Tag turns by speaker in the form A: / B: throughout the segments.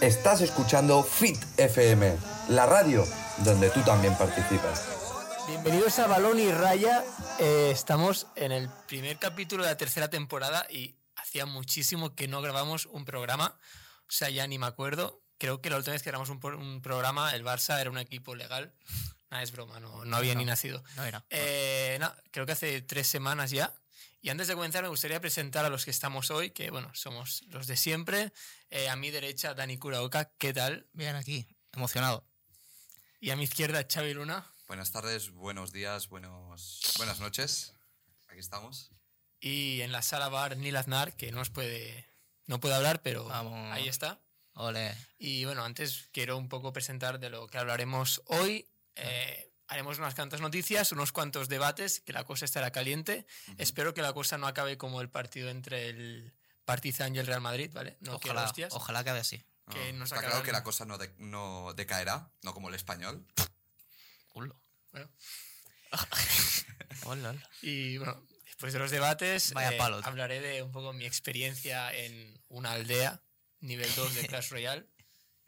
A: Estás escuchando Fit FM, la radio donde tú también participas.
B: Bienvenidos a Balón y Raya. Eh, estamos en el primer capítulo de la tercera temporada y hacía muchísimo que no grabamos un programa. O sea, ya ni me acuerdo. Creo que la última vez que grabamos un, por- un programa, el Barça era un equipo legal. Nada, es broma, no, no había ni nacido.
C: No era.
B: Eh, no, creo que hace tres semanas ya. Y antes de comenzar, me gustaría presentar a los que estamos hoy, que bueno, somos los de siempre. Eh, a mi derecha, Dani Curaoka, ¿qué tal?
C: Bien aquí, emocionado.
B: Y a mi izquierda, Xavi Luna.
D: Buenas tardes, buenos días, buenos, buenas noches. Aquí estamos.
B: Y en la sala bar, Nil Aznar, que no nos puede, no puede hablar, pero
C: Vamos.
B: ahí está.
C: Ole.
B: Y bueno, antes quiero un poco presentar de lo que hablaremos hoy. Eh, haremos unas cuantas noticias, unos cuantos debates, que la cosa estará caliente. Espero que la cosa no acabe como el partido entre el Partizan y el Real Madrid, ¿vale? No quiero
C: Ojalá,
B: hostias.
C: ojalá que así.
B: Que nos
D: Ah, está
B: acabarán-
D: claro que la cosa no, de- no decaerá, no como el español.
C: Culo.
B: Bueno.
C: Ole, ole.
B: Y bueno, después de los debates,
C: Vaya
B: eh,
C: palo, tío.
B: hablaré de un poco mi experiencia en una aldea, nivel 2 de Clash Royale,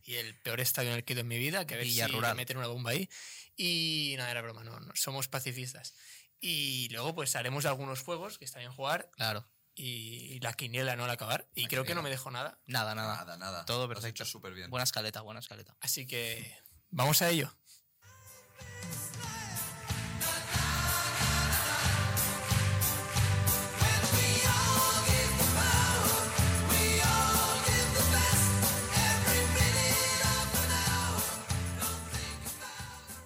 B: y el peor estadio en el que he ido en mi vida, que a ver
C: Villa
B: si
C: rural.
B: me meten una bomba ahí. Y nada, era broma, no, no, somos pacifistas. Y luego pues haremos algunos juegos que está bien jugar
C: Claro.
B: y, y la quiniela no al acabar. Y
D: La
B: creo que no
D: quiniela.
B: me dejo nada.
C: Nada, nada.
D: Nada, nada.
C: Todo
D: Lo has
C: perfecto.
D: hecho súper bien.
C: Buena escaleta, buena escaleta.
B: Así que vamos a ello.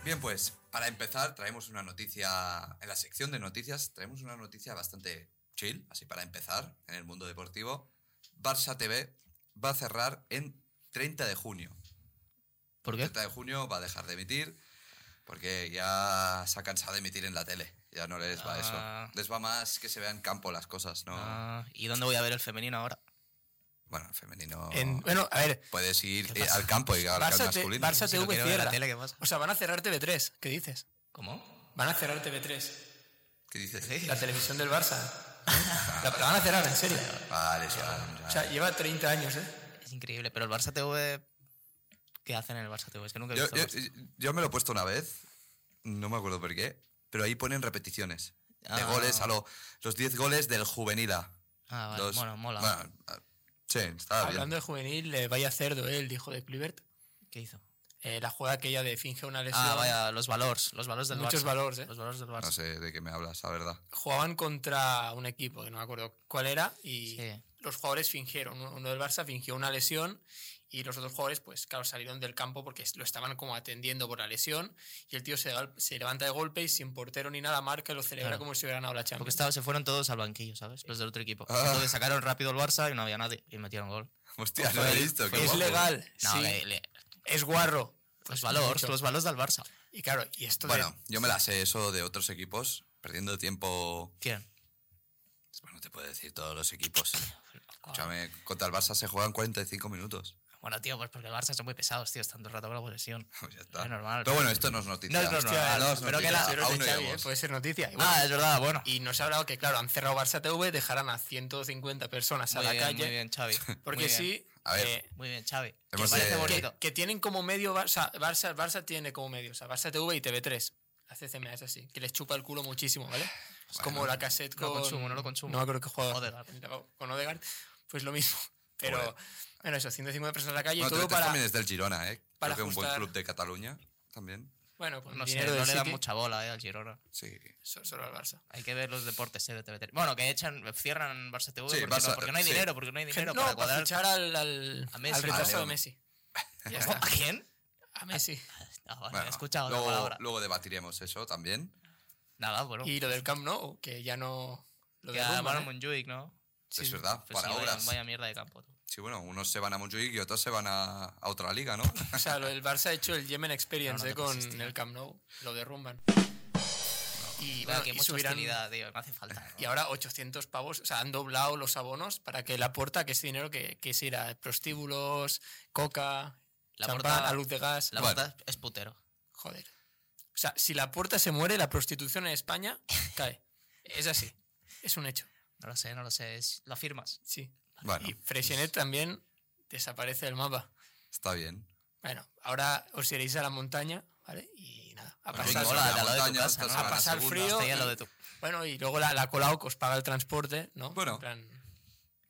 D: Bien, pues para empezar traemos una noticia, en la sección de noticias traemos una noticia bastante chill, así para empezar, en el mundo deportivo. Barça TV va a cerrar en 30 de junio.
C: ¿Por qué?
D: 30 de junio va a dejar de emitir porque ya se ha cansado de emitir en la tele. Ya no les va
C: Ah.
D: eso. Les va más que se vea en campo las cosas, ¿no?
C: Ah, ¿Y dónde voy a ver el femenino ahora?
D: Bueno, el femenino.
B: En- bueno, a ver,
D: Puedes ir
C: ¿Qué
D: eh,
C: pasa?
D: al campo y al al
B: Barça te-
D: masculino.
B: Barça-
C: lo
B: TV
C: quiero ver en
B: cierra.
C: la tele, ¿qué pasa?
B: o sea, van a cerrar TV3, ¿qué dices?
C: ¿Cómo?
B: Van a cerrar TV3,
D: ¿Qué dices?
B: la televisión del Barça. La, la van a cerrar, en serio.
D: Vale, sí, vale,
B: O
D: vale.
B: sea, lleva 30 años, ¿eh?
C: Es increíble, pero el Barça TV... ¿Qué hacen en el Barça TV? Es que nunca he
D: Yo,
C: visto... el
D: yo- yo me lo he puesto una vez, no me acuerdo por qué, pero ahí ponen repeticiones de
C: Ah.
D: goles a lo- los 10 goles del juvenil A.
C: Barça. Ah, vale,
D: Los-
C: mola, mola.
D: bueno, ah, sí, está bien.
B: Hablando de juvenil, eh, vaya cerdo, eh, el hijo de Kluivert.
C: ¿Qué hizo?
B: Eh, la jugada aquella de finge una lesión.
C: Ah, vaya, los valores, los valores del
B: Muchos
C: Barça.
B: valores, ¿eh?
C: Los valores del Barça.
D: No sé de qué me hablas, la verdad.
B: Jugaban contra un equipo, que no me acuerdo cuál era, y
C: Sí.
B: los jugadores fingieron. Uno uno del Barça fingió una lesión y los otros jugadores, pues claro, salieron del campo porque lo estaban como atendiendo por la lesión. Y el tío se, gal- se levanta de golpe y sin portero ni nada marca y lo celebra
C: Claro.
B: como si hubieran ganado la
C: Porque
B: Champions.
C: estaba- se fueron todos al banquillo, ¿sabes? Los del otro equipo.
D: Ah.
C: Entonces sacaron rápido el Barça y no había nadie. Y metieron gol.
D: Hostia,
C: Fue-
D: no he visto. qué
C: fue-
B: es
D: guapo.
B: legal,
C: No,
B: sí,
C: le- le-
B: es guarro.
C: los valores,
B: mucho.
C: los valores del Barça.
B: Y claro, y esto de-
D: Bueno, yo me la sé eso de otros equipos, perdiendo tiempo.
C: ¿Quién?
D: Bueno, te puedo decir todos los equipos. Escúchame, contra el Barça se juegan 45 minutos.
C: Bueno, tío, pues porque el Barça son muy pesados, tío. Están todo el rato con la posesión.
D: Pues ya está.
C: Es normal.
D: Pero bueno, esto no es noticia.
C: No, no, no,
D: Hostia,
C: no,
D: no es
C: pero que
D: noticia,
C: la-
B: Pero es de
D: aún no
B: Xavi, ¿eh?
D: llegamos.
B: puede ser noticia. Y, bueno,
C: Ah, es verdad, bueno.
B: y nos ha hablado que, claro, han cerrado Barça TV, dejarán a 150 personas
C: muy
B: a la
C: bien,
B: calle.
C: muy bien, Xavi.
B: Porque
C: Muy bien,
B: sí,
D: A ver.
B: eh,
C: Muy bien, Xavi. Que
D: Hemos
C: parece
D: de-
C: bonito.
B: que tienen como medio Barça, Barça, Barça tiene como medio, o sea, Barça TV y TV3. La CCMA es así, que les chupa el culo muchísimo, ¿vale? Es
D: Bueno,
B: como la cassette con...
C: no lo consumo, no lo consumo.
B: No creo que juega
C: Odegaard.
B: con Odegaard, pues lo mismo. Pero,
D: Joder.
B: bueno, eso, 150 personas a la calle,
D: Bueno,
B: todo
D: Tretes
B: para...
D: también es del Girona, ¿eh?
B: para
D: Creo que un buen
B: ajustar-
D: club de Cataluña también.
B: Bueno, con
C: Pues No sé,
B: dinero
C: no
B: del
C: le dan
B: City,
C: mucha bola eh, al Girona.
D: Sí.
B: so- solo al Barça.
C: Hay que ver los deportes eh, de TVT. Bueno, que echan, cierran Barça TV
D: Sí,
C: porque, no,
D: Barça-
C: porque no hay
D: sí.
C: dinero, porque no hay dinero
B: no,
C: para
B: para,
C: cuadrar.
B: fichar al, al,
C: A Messi.
B: al retraso
D: Ah,
B: de
D: León.
B: Messi. Ya está.
C: ¿A quién?
B: A Messi.
C: Ah, vale,
D: Bueno,
C: he escuchado la
D: luego,
C: palabra.
D: luego debatiremos eso también.
C: Nada, bueno.
B: Y lo del Camp Nou, que ya no... Lo
C: que
B: derrumban,
C: a
B: ¿eh?
C: Montjuic, ¿no?
B: Sí,
D: es
B: sí.
D: verdad,
C: Pues
D: para
C: sí, vaya,
D: obras.
C: vaya mierda de campo. tú.
D: Sí, bueno, unos se van a Montjuic y otros se van a, a otra liga, ¿no?
B: O sea, lo del Barça ha hecho el Yemen Experience
C: No, no te
B: eh, con
C: pases, tío.
B: el Camp Nou. Lo derrumban. Y,
C: Y
B: bueno,
C: que
B: y
C: mucha
B: subirán-
C: hostilidad, tío, no hace falta.
B: y ahora 800 pavos. O sea, han doblado los abonos para que la puerta, que ese dinero que, que se irá a prostíbulos, coca,
C: La
B: la
C: Porta-
B: a luz de gas.
C: La
D: Bueno.
C: verdad es putero.
B: Joder. O sea, si la puerta se muere, la prostitución en España cae. Es así. Es un hecho.
C: No lo sé, no lo sé. es- lo afirmas.
B: Sí.
D: Bueno,
B: Y Freixenet también desaparece del mapa.
D: Está bien.
B: Bueno, ahora os iréis a la montaña, ¿vale? Y nada, a
D: Bueno,
B: pasar,
D: venga, hola.
C: Mola, al lado de tu
D: montaña,
C: casa,
D: estás
C: ¿no?
B: a pasar
D: segunda,
B: frío.
C: Hasta ahí al lado de tu-
B: Bueno, y luego la, la Colaoc os paga el transporte, ¿no?
D: Bueno.
B: En plan,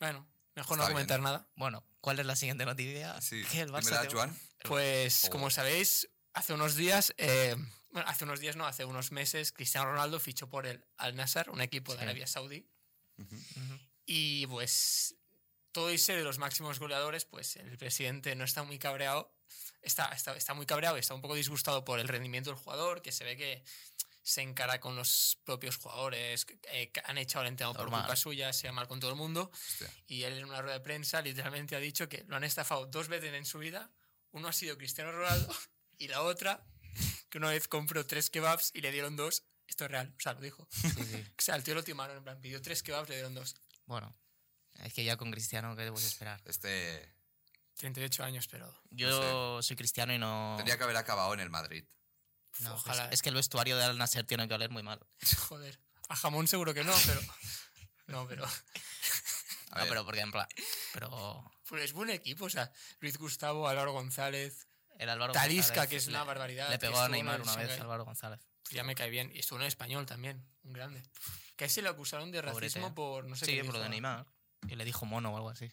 B: bueno, mejor no
D: Está
B: comentar nada.
C: Bueno, ¿cuál es la siguiente noticia?
D: Sí.
C: Que el Barça
D: Dímela,
C: te-
D: Joan.
B: Pues,
D: Oh.
B: como sabéis, hace unos días, eh, bueno, hace unos días no, hace unos meses, Cristiano Ronaldo fichó por el Al-Nassr, un equipo de
C: Sí.
B: Arabia Saudí.
D: Ujú.
C: Ujú.
B: Y pues todo y ser de los máximos goleadores, pues el presidente no está muy cabreado. Está, está, está muy cabreado y está un poco disgustado por el rendimiento del jugador, que se ve que se encara con los propios jugadores, que, eh, que han echado el entrenador por
C: Normal.
B: culpa suya, se va mal con todo el mundo.
D: Hostia.
B: Y él en una rueda de prensa literalmente ha dicho que lo han estafado dos veces en su vida. Uno ha sido Cristiano Ronaldo y la otra, que una vez compró tres kebabs y le dieron dos. Esto es real, o sea, lo dijo.
C: Sí, sí.
B: O sea, el tío lo timaron, en plan, pidió tres kebabs, le dieron dos.
C: Bueno, es que ya con Cristiano, ¿qué te puedes esperar?
D: Este
B: 38 años, pero...
C: Yo soy cristiano y no.
D: tendría que haber acabado en el Madrid.
B: Pf,
C: no,
B: ojalá.
C: Es, es que el vestuario de Al Nasser tiene que oler muy mal.
B: Joder. A jamón seguro que no, pero. No, pero.
D: A
C: no,
D: ver.
C: pero porque en plan. Pero.
B: Pero pues es buen equipo, o sea, Luis Gustavo, Álvaro González,
C: El Álvaro
B: Talisca,
C: González
B: que es
C: le-
B: una barbaridad.
C: Le
B: que
C: pegó
B: estuvo
C: a
B: en
C: Neymar
B: el
C: una vez,
B: Shanghái.
C: Álvaro González.
B: Pues ya me cae bien. Y estuvo en el español también, un grande. Que a ese le acusaron de
C: Pobrete.
B: racismo por no sé
C: sí,
B: qué.
C: por lo
B: dijo.
C: de Neymar. Y le dijo mono o algo así.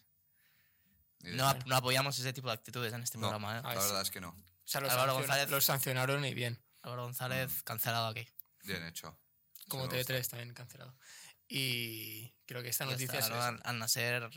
D: Ni
C: No,
D: idea.
C: ap- no apoyamos ese tipo de actitudes en este
D: No.
C: programa. ¿eh?
B: Ah,
D: la
B: sí.
D: verdad es que no.
B: O sea, los, sanciona-
C: Álvaro González.
B: los sancionaron y bien.
C: Álvaro
D: Mm.
C: González cancelado aquí.
D: Bien hecho.
B: Como
D: Eso me
B: TV3 también cancelado. Y creo que esta
C: Ya
B: noticia
C: está,
B: es.
C: ¿no?
B: esa.
C: Al- Al Nasser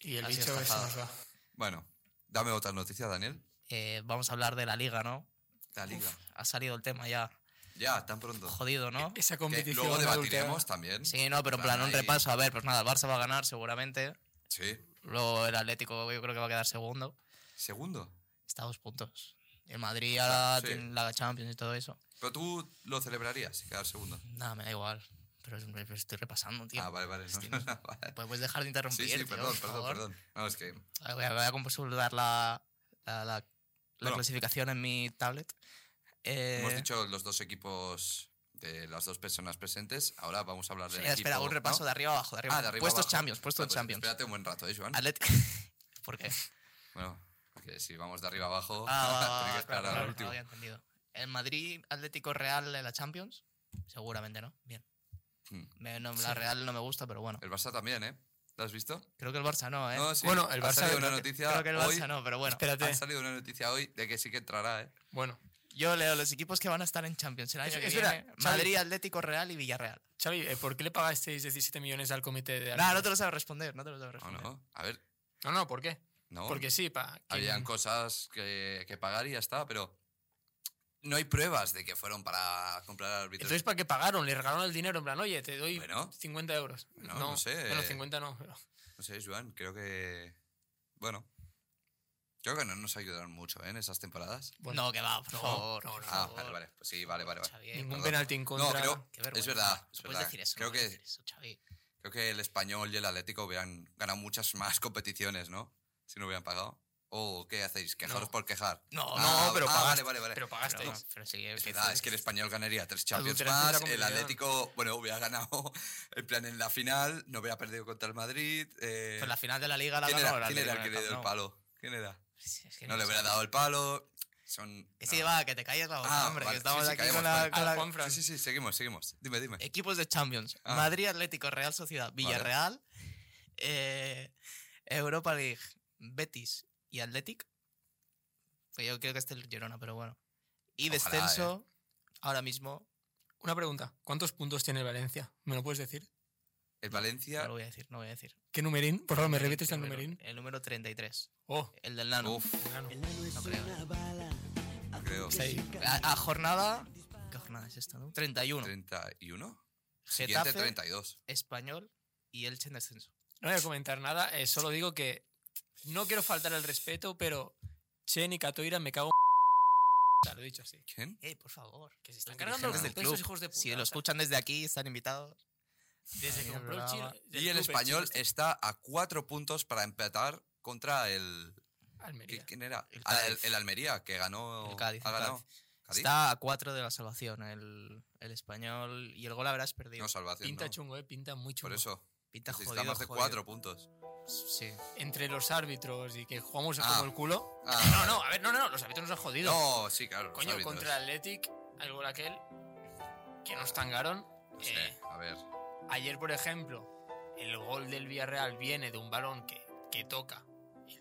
B: Y el
C: Ha sido
B: bicho se
C: estafado.
B: nos va.
D: Bueno, dame otra noticia, Daniel.
C: eh, vamos a hablar de la liga, ¿no?
D: La liga.
C: Ha salido el tema ya
D: Ya, tan pronto.
C: jodido, ¿no?
B: Esa
D: Que
B: competición.
D: luego debatiremos
B: adulterada.
D: también.
C: Sí, no, pero en
D: Plan
C: plan, un
D: ahí.
C: repaso. A ver, pues nada, el Barça va a ganar seguramente.
D: Sí.
C: Luego el Atlético yo creo que va a quedar segundo.
D: Segundo.
C: Está a dos puntos. El Madrid ahora
D: Sí.
C: tiene la Champions y todo eso.
D: Pero tú lo celebrarías, quedar segundo.
C: Nada, me da igual. Pero es- pero estoy repasando, tío.
D: Ah, vale, vale. no,
C: Hostia.
D: no, no, vale.
C: Pues puedes dejar de
D: Sí,
C: interrumpir,
D: sí,
C: tío,
D: perdón,
C: por
D: perdón,
C: favor.
D: perdón. No, es que.
C: A ver, Voy a, voy a consultar la, la, la- la
D: Bueno.
C: clasificación en mi tablet. Eh,
D: Hemos dicho los dos equipos de las dos personas presentes. Ahora vamos a hablar del
C: espera,
D: equipo.
C: espera, un repaso
D: ¿no?
C: de arriba abajo, de arriba.
D: Ah, de arriba
C: puestos
D: abajo.
C: Champions, puestos
D: Ah, pues
C: Champions.
D: Espérate un buen rato, ¿eh, Joan?
C: Atlético. ¿Por qué?
D: Bueno, porque si vamos de arriba
C: Ah, va, va,
D: abajo, tiene que
C: va,
D: esperar
C: claro,
D: al
C: claro,
D: último.
C: había entendido. ¿El Madrid Atlético Real en la Champions? Seguramente no. Bien.
D: Hmm.
C: Me- no,
B: Sí.
C: La Real no me gusta, pero bueno.
D: El Barça también, ¿eh? ¿Lo has visto?
C: Creo que el Barça no, ¿eh?
D: No, sí.
B: Bueno, el
D: ha
B: Barça-
D: salido una
B: creo
D: noticia
C: Creo que el Barça
D: hoy.
C: no, pero bueno.
B: Espérate.
D: Ha salido una noticia hoy de que sí que entrará, ¿eh?
B: Bueno,
C: Yo leo los equipos que van a estar en Champions el año
B: Es-
C: que
B: espera,
C: viene.
B: Xavi.
C: Madrid, Atlético Real y Villarreal.
B: Xavi, ¿eh, ¿por qué le pagasteis 17 millones al comité de.
C: Nah, no te
B: árbitros?
C: lo sabes responder, no te lo sabes
D: ¿O
C: responder.
D: no? A ver,
B: no, no, ¿por qué?
D: no.
B: Porque sí, mm, para.
D: Habían cosas que, que pagar y ya está, pero no hay pruebas de que fueron para comprar árbitros.
B: Entonces, ¿para qué pagaron? Le regalaron el dinero, en plan, oye, te doy
D: Bueno.
B: 50 euros.
D: No, no sé. eh.
B: Bueno, 50 no. pero-
D: no sé, Joan, creo que. Bueno. Creo que no nos ayudaron mucho ¿eh? en esas temporadas.
B: Bueno,
C: No, que va, por
B: No,
C: favor.
B: no,
C: por
B: no.
D: Ah,
C: favor.
D: vale, vale. Pues sí, vale, vale. vale.
C: Xavi,
B: ningún
D: perdón.
B: penalti en contra.
D: No, creo.
C: qué vergüenza.
D: Es verdad. Es
C: No puedes
D: verdad.
C: decir eso.
D: creo,
C: no puedes
D: que,
C: decir eso, Xavi.
D: creo que el español y el Atlético hubieran ganado muchas más competiciones, ¿no? Si no hubieran pagado. ¿O qué hacéis? ¿Quejaros
C: No. Oh,
D: por quejar?
C: No,
D: Ah,
B: no, pero
D: ah, vale,
B: pagaste.
D: vale, vale.
B: Pero
C: Pero,
B: pagasteis.
C: pero sí,
D: Es
C: que-
D: verdad, es que el español ganaría tres Champions
B: Adulteraste la
D: más, el
B: comunidad.
D: Atlético, bueno, hubiera ganado, en plan, en la final, no hubiera perdido contra el Madrid. eh,
C: Pero la final de la Liga la
D: ¿Quién
C: ganó
D: era,
C: el
D: quién era el que
C: Atlético
D: le
C: en
D: dio el
C: Camp Nou.
D: palo? ¿Quién era?
C: Sí, es que
D: No le
C: sé.
D: hubiera dado el palo, son...
C: Que sí,
D: no.
C: va, que te calles la boca,
D: Ah,
C: hombre,
D: vale,
C: que estamos
D: sí, sí,
C: aquí
D: callemos,
C: con la,
D: vale.
C: con la-
B: Ah, Juanfran.
D: Sí, sí, sí, seguimos, seguimos. Dime, dime.
C: Equipos de Champions.
D: Ah.
C: Madrid, Atlético, Real Sociedad, Villarreal, eh, Europa League, Betis y Atlético. Que yo creo que este es el Girona, pero bueno. Y
D: Ojalá, eh.
C: descenso, ahora mismo,
B: Una pregunta. ¿Cuántos puntos tiene el Valencia? ¿Me lo puedes decir?
D: El
C: no
D: Valencia...
C: lo voy a decir, no voy a decir.
B: ¿Qué numerín? Por favor, ¿me repites el
C: Creo que
B: numerín?
C: El número 33,
B: Oh,
C: el del Nano.
D: Uf,
B: enano.
C: No creo.
D: creo.
B: Sí.
C: A, a jornada... ¿Qué jornada es esta, no? 31.
D: 31. Siguiente,
C: Getafe,
D: 32.
C: Español y Elche en descenso.
B: No voy a comentar nada, eh, solo digo que no quiero faltar el respeto, pero Chen y Catoira me cago en... Lo he dicho así.
D: ¿Quién?
C: Ey, por favor. Que se están
B: Los cargando
D: dirigentes
B: los-
D: del
B: estos hijos de puta.
C: Si
B: o sea,
C: lo escuchan desde aquí, están invitados.
B: Desde que
C: Ay,
B: compró el
C: brava.
B: chino- del
D: Y el
B: club
D: español
C: este.
B: chino
D: está a cuatro puntos para empatar contra el...
B: este- Almería.
D: ¿qui- ¿Quién era?
C: El
D: Ah, El,
C: Cádiz.
D: el Almería, que ganó...
C: El Cádiz,
D: ha
C: el
D: ganado. Cádiz.
C: Está a cuatro de la salvación el, el español y el gol habrás perdido.
D: No, salvación.
B: Pinta
D: no.
B: chungo, eh, pinta muy chungo.
D: Por eso.
C: Pinta jodido.
D: Necesitamos de
C: jodido.
D: cuatro puntos.
C: Sí.
B: entre los árbitros y que jugamos
D: Ah.
B: como el culo.
D: Ah,
B: No, no, a ver, no, no, no, los árbitros nos han jodido.
D: No, sí, claro. los
B: Coño,
D: árbitros.
B: contra el Athletic, el gol aquel, que nos tangaron.
D: No
B: Eh,
D: sé, a ver.
B: Ayer, por ejemplo, el gol del Villarreal viene de un balón que, que toca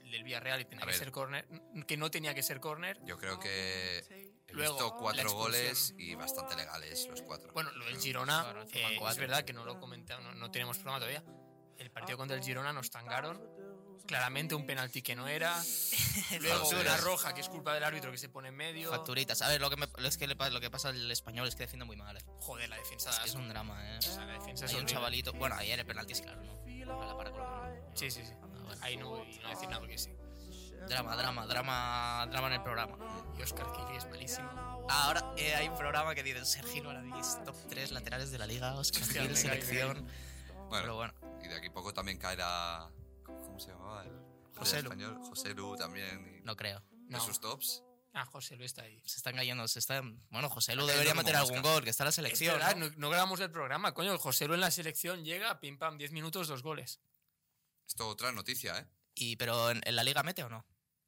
B: el del Villarreal y tenía
D: A
B: que
D: ver.
B: ser córner, que no tenía que ser córner.
D: Yo creo que he
B: Luego,
D: visto
B: la
D: cuatro
B: expulsión.
D: goles y bastante legales los cuatro.
B: Bueno, lo del
C: Claro,
B: Girona,
C: encima
B: eh, es
C: cuatro.
B: verdad que no lo comentamos, no, no tenemos programa todavía. El partido contra el Girona nos tangaron. Claramente un penalti que no era. Luego
D: Facturas.
B: una roja que es culpa del árbitro que se pone en medio.
C: Facturitas. A ver, lo que, me- es que le pa- lo que pasa al español es que defiende muy mal. eh.
B: Joder, la defensa
C: Es que es un drama, ¿eh?
B: O sea, la defensa es
C: Hay un
B: horrible.
C: chavalito. Bueno, ayer el penalti es claro, ¿no? Ojalá para Colombo, ¿no?
B: Sí, sí, sí.
C: Ah, bueno.
B: Ahí no voy a decir nada porque sí.
C: Drama, drama, drama, drama en el programa.
B: Y Oscar Kiri es malísimo.
C: Ahora eh, hay un programa que dice Sergio Alavis, top 3 laterales de la liga, Oscar
B: Hostia,
C: Gil,
B: venga,
C: selección. Pero
D: Bueno,
C: bueno,
D: y de aquí a poco también caerá. ¿Cómo se llamaba? El
C: José Lu.
D: español. José Lu también. y-
C: no creo.
D: De
B: No.
D: sus tops.
B: Ah, José Luis está ahí.
C: Se están cayendo, se están. Bueno, José Lu
D: Está
C: debería
D: cayendo
C: meter
D: como
C: algún
D: mosca.
C: gol, que está en la
B: Es
C: selección.
B: verdad,
C: ¿no?
B: no, no grabamos el programa, coño. El José Lu en la selección llega, pim pam, 10 minutos, dos goles.
D: Esto otra noticia, ¿eh?
C: Y, pero ¿en, en la liga mete o no?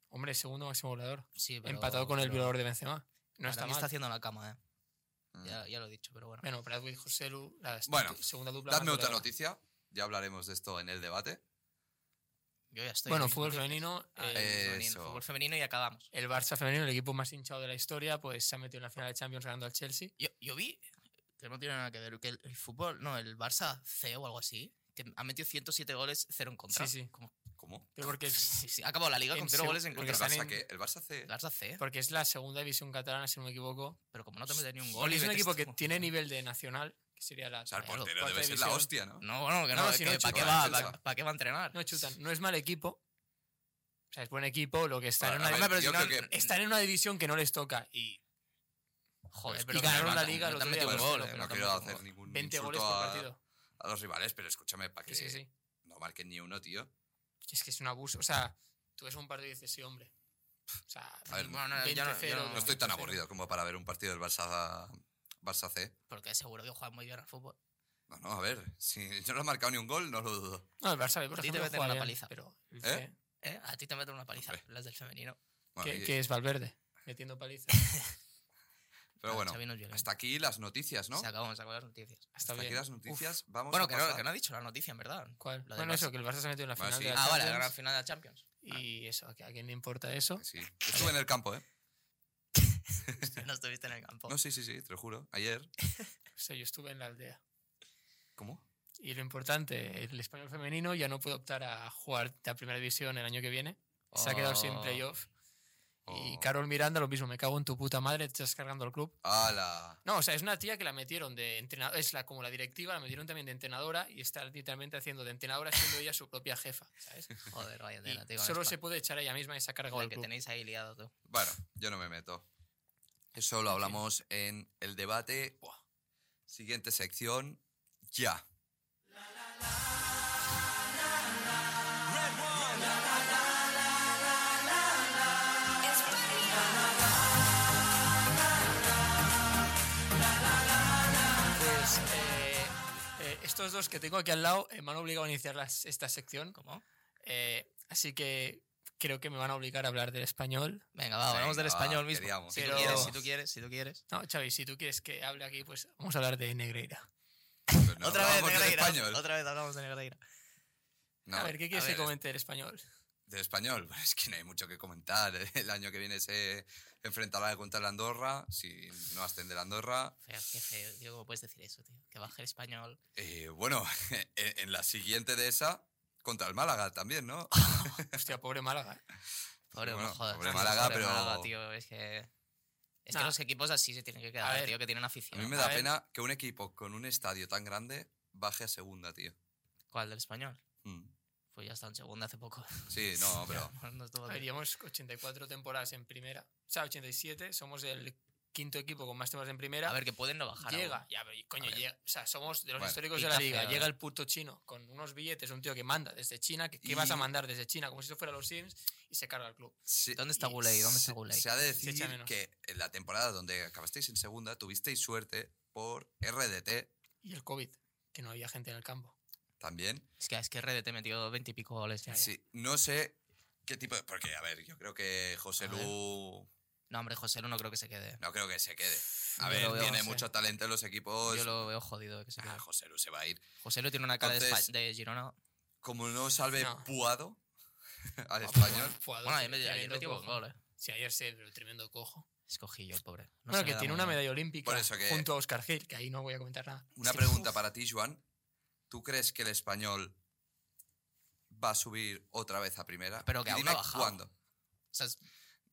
B: Hombre, segundo máximo goleador.
C: Sí, pero-
B: Empatado con el
C: pero
B: violador de Benzema. No
C: para
B: está
C: mí
B: mal.
C: está haciendo la cama, ¿eh?
D: Mm.
C: Ya, ya lo he dicho, pero bueno.
B: Bueno, Bradwick, José Lu, la est-
D: Bueno,
B: segunda dupla. más
D: Dadme otra
B: goleadora.
D: noticia. Ya hablaremos de esto en el debate.
C: Yo ya estoy.
B: Bueno,
C: ahí.
B: fútbol femenino.
C: Ah,
B: eh,
D: Eh,
C: femenino,
D: eso.
C: Fútbol femenino y acabamos.
B: el Barça femenino, el equipo más hinchado de la historia, pues se ha metido en la final de Champions ganando al Chelsea.
C: Yo, yo vi que no tiene nada que ver, que el, el fútbol, no, el Barça C o algo así, que ha metido 107 goles, cero en contra.
B: Sí, sí.
C: Como-
D: ¿Cómo?
B: Pero porque es,
C: sí, sí,
D: ah.
C: ha acabado la liga
B: En
C: con cero
B: seg-
C: goles en
B: porque
D: ¿El
C: contra.
B: están
D: Barça,
B: en-
D: qué? ¿El Barça C?
C: El Barça C,
B: porque es la segunda división catalana, si no me equivoco.
C: pero como no te mete ni un gol.
B: Porque
C: y
B: es un
C: metes
B: equipo que
C: tú-
B: tiene nivel de nacional, que sería la. eh,
D: O sea, el
C: Claro,
D: portero
B: cuarta
D: debe ser la
B: división.
D: hostia, ¿no?
C: No, bueno, que
B: No,
C: no,
B: si
C: que
B: no
C: ¿para qué
D: chuta,
C: va?
D: no
C: ¿Para
D: chuta.
C: para qué va a entrenar?
B: No chutan, no es mal equipo. O sea, es buen equipo, lo que están,
D: Bueno,
B: en,
D: a
B: una,
D: ver, yo
B: están-
D: creo que-
B: están en una división que no les toca. Y
C: Joder,
D: Y
C: pero que
B: ganaron
C: no te
B: la
C: han-
B: liga
C: no
B: el
C: te han
B: otro día,
C: metido un
B: por
C: gol,
B: ejemplo,
C: eh,
D: No
C: no te
D: quiero
C: han metido
D: hacer
C: un gol.
D: ningún
B: 20
D: insulto
B: goles por
D: a,
B: partido.
D: a los rivales, pero escúchame, para que
B: Sí, sí, sí.
D: no marquen ni uno, tío.
B: Es que es un abuso. O sea, tú ves un partido y dices, sí, hombre. O sea,
D: A ver,
C: Bueno, no, ya no- ya
B: 20-0,
C: no-
D: No estoy tan
B: Pero-
D: aburrido como para ver un partido del Barça, Barça C.
C: Porque seguro que juegan muy bien al fútbol.
D: No, no, a ver. Si yo no he marcado ni un gol, no lo dudo.
B: no, el Barça, B, por
C: A ti te
B: ejemplo,
C: meten
B: juega
C: una
B: bien,
C: paliza.
B: Pero,
D: ¿Eh?
C: ¿Eh? A ti te meten una paliza,
D: Hombre.
C: las del femenino.
D: Bueno,
B: ¿qué,
D: y-
B: qué es Valverde? Metiendo paliza.
D: pero
C: Ah,
D: bueno,
C: Xavi no es violento.
D: hasta aquí las noticias, ¿no?
C: Se acabó, se acabó las noticias.
B: Está
D: Hasta aquí
B: bien.
D: las noticias. Vamos
C: Bueno,
D: a
C: que no,
D: pasar.
C: que no ha dicho la noticia, en verdad.
B: ¿Cuál?
C: Lo
B: Bueno,
C: del
B: eso, que el Barça se ha metido en la
D: Bueno,
B: final
D: sí.
B: de la
C: Ah, vale, la gran
B: Champions,
C: final de la Champions.
B: Y eso, ¿a quién le importa eso?
D: Sí. Yo estuve en el campo, ¿eh?
C: No estuviste en el campo.
D: No, sí, sí, sí, te lo juro. Ayer.
B: O sea, Pues, yo estuve en la aldea.
D: ¿Cómo?
B: Y lo importante, el español femenino ya no puede optar a jugar la primera división el año que viene. Se ha quedado sin
C: Oh.
B: playoff. Y
D: Oh.
B: Carol Miranda, lo mismo, me cago en tu puta madre, te estás cargando el club.
D: ¡Hala!
B: No, o sea, es una tía que la metieron de entrenadora, es la, como la directiva, la metieron también de entrenadora y está literalmente haciendo de entrenadora siendo ella su propia jefa, ¿sabes?
C: Joder, vaya
B: Y
C: tela, tío.
B: solo
C: es
B: se puede echar a ella misma esa carga
C: pa- la
B: del
C: que
B: club.
C: tenéis ahí liado, tú.
D: Bueno, yo no me meto. Eso lo hablamos en el debate. Buah. Siguiente sección. Ya.
B: Pues, eh, eh, estos dos que tengo aquí al lado eh, me han obligado a iniciar las- esta sección,
C: ¿Cómo?
B: eh, así que creo que me van a obligar a hablar del español.
C: Venga, va, hablamos
D: Venga,
C: del
D: va,
C: español mismo.
D: queríamos.
C: Si,
B: Pero-
C: tú quieres, si tú quieres, si tú quieres.
B: No, Xavi, si tú quieres que hable aquí, pues vamos a hablar de Negreira.
D: Pues no,
C: otra vez
D: hablábamos del
C: Negreira.
D: español.
C: Otra vez hablamos de Negreira.
D: No,
B: a ver, ¿qué quieres que
D: ver,
B: comente del español?
D: Del español, Bueno, es que no hay mucho que comentar. El año que viene se enfrentará contra la Andorra. Si no ascende la Andorra.
C: Feo, qué feo, tío. ¿Cómo puedes decir eso, tío? Que baje el español.
D: Eh, bueno, en en la siguiente de esa, contra el Málaga también, ¿no?
B: Hostia, pobre Málaga. ¿eh?
C: Pobre,
D: Bueno,
C: joder,
D: pobre Málaga, pero-
C: Málaga, tío. Es que. Es que
B: Nah.
C: los equipos así se tienen que quedar,
B: ver.
C: tío, que tienen
D: A
C: afición.
D: mí me
B: A
D: da
B: ver.
D: pena que un equipo con un estadio tan grande baje a segunda, tío.
C: ¿Cuál del español?
D: Mm.
C: Pues ya está en segunda hace poco.
D: Sí, no, pero.
C: No estuvo
B: A ver, llevamos 84 temporadas en primera. O sea, 87. Somos el quinto equipo con más temporadas en primera.
C: A ver, que pueden no bajar.
B: llega.
C: aún.
B: Ya, pero, y coño,
C: A ver.
B: llega. O sea, somos de los
D: Bueno,
B: históricos de la
C: pica
B: liga.
C: feo,
B: llega
C: eh.
B: el puto chino con unos billetes, un tío que manda desde China. que- ¿Qué,
D: Y-
B: vas a mandar desde China? Como si eso fuera los Sims y se carga el club.
D: se-
C: ¿Dónde está
B: y
C: Guley? ¿Dónde está
D: se-
C: Guley?
D: Se ha de
B: Se echa
D: decir
B: menos.
D: que en la temporada donde acabasteis en segunda tuvisteis suerte por RDT.
B: Y el COVID, que no había gente en el campo.
D: también.
C: Es que, es que Redet te metió 20 y pico goles ya.
D: Sí, no sé qué tipo de... Porque, a ver, yo creo que José
C: A ver.
D: Lu...
C: No, hombre, José Lu no creo que se quede.
D: No creo que se quede. A
C: Yo
D: ver,
C: lo veo,
D: tiene
C: José.
D: mucho talento en los equipos.
C: Yo lo veo jodido de que se
D: Ah,
C: quede.
D: José Lu se va a ir.
C: José Lu tiene una cara de
D: Entonces-
C: Espa- de, Girona.
D: Como no salve
B: No.
D: Puado al español,
B: Jugador
C: Bueno, ayer
B: tremendo,
C: metió ayer metió buen
B: cojo.
C: gol, eh.
B: Sí, ayer sí, pero tremendo cojo.
C: Escogí yo, pobre. No se
B: bueno,
C: le
B: que
C: da
B: tiene
C: muy
B: una
C: bien.
B: medalla olímpica
D: Por eso que-
B: junto a Oscar Gil, que ahí no voy a comentar nada.
D: una
B: Sí.
D: pregunta para ti, Juan. ¿Tú crees que el español va a subir otra vez a primera?
C: Pero que
D: Y
C: aún
D: dime
C: no ha bajado.
D: cuándo.
C: O sea, es-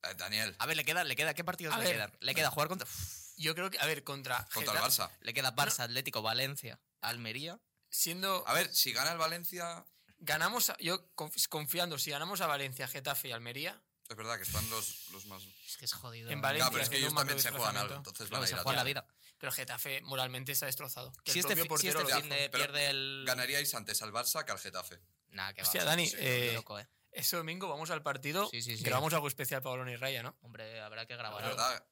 D: Eh, Daniel,
C: a ver, le queda, le queda, ¿qué partidos
B: A
C: le
B: ver.
C: quedan? Le queda jugar contra. Uf,
B: Yo creo que, a ver, contra,
D: contra el
B: Getafe-
D: Barça.
C: le queda Barça, Atlético, Valencia, Almería.
B: Siendo.
D: A ver, si gana el Valencia,
B: Ganamos, a- yo conf- confiando, si ganamos a Valencia, Getafe y Almería,
D: es verdad que están los, los más...
C: Es que es jodido. ¿eh?
B: En
C: ¿no?
B: Valencia,
D: No, pero es que
B: tiene
D: ellos
B: un marco
D: también se
B: de
D: juegan algo,
B: desplazamiento.
D: entonces
C: Lo
D: van
C: que
D: a
C: se
D: ir a
C: juega en la
D: otra.
C: vida.
B: pero Getafe moralmente se ha destrozado. Que
C: Si
B: el propio
C: este, fi- si
B: portero
C: este
B: lo
C: fin
B: dijo.
C: de
D: Pero
C: pierde el.
D: Ganaríais antes al Barça que al Getafe.
C: Nah, que va.
B: Hostia, Dani,
C: Sí,
B: eh,
C: qué loco, eh.
B: Ese domingo vamos al partido,
C: Sí, sí, sí.
B: grabamos algo especial para Balón y Raya, ¿no?
C: Hombre, habrá que
D: La
C: grabar algo.
D: verdad,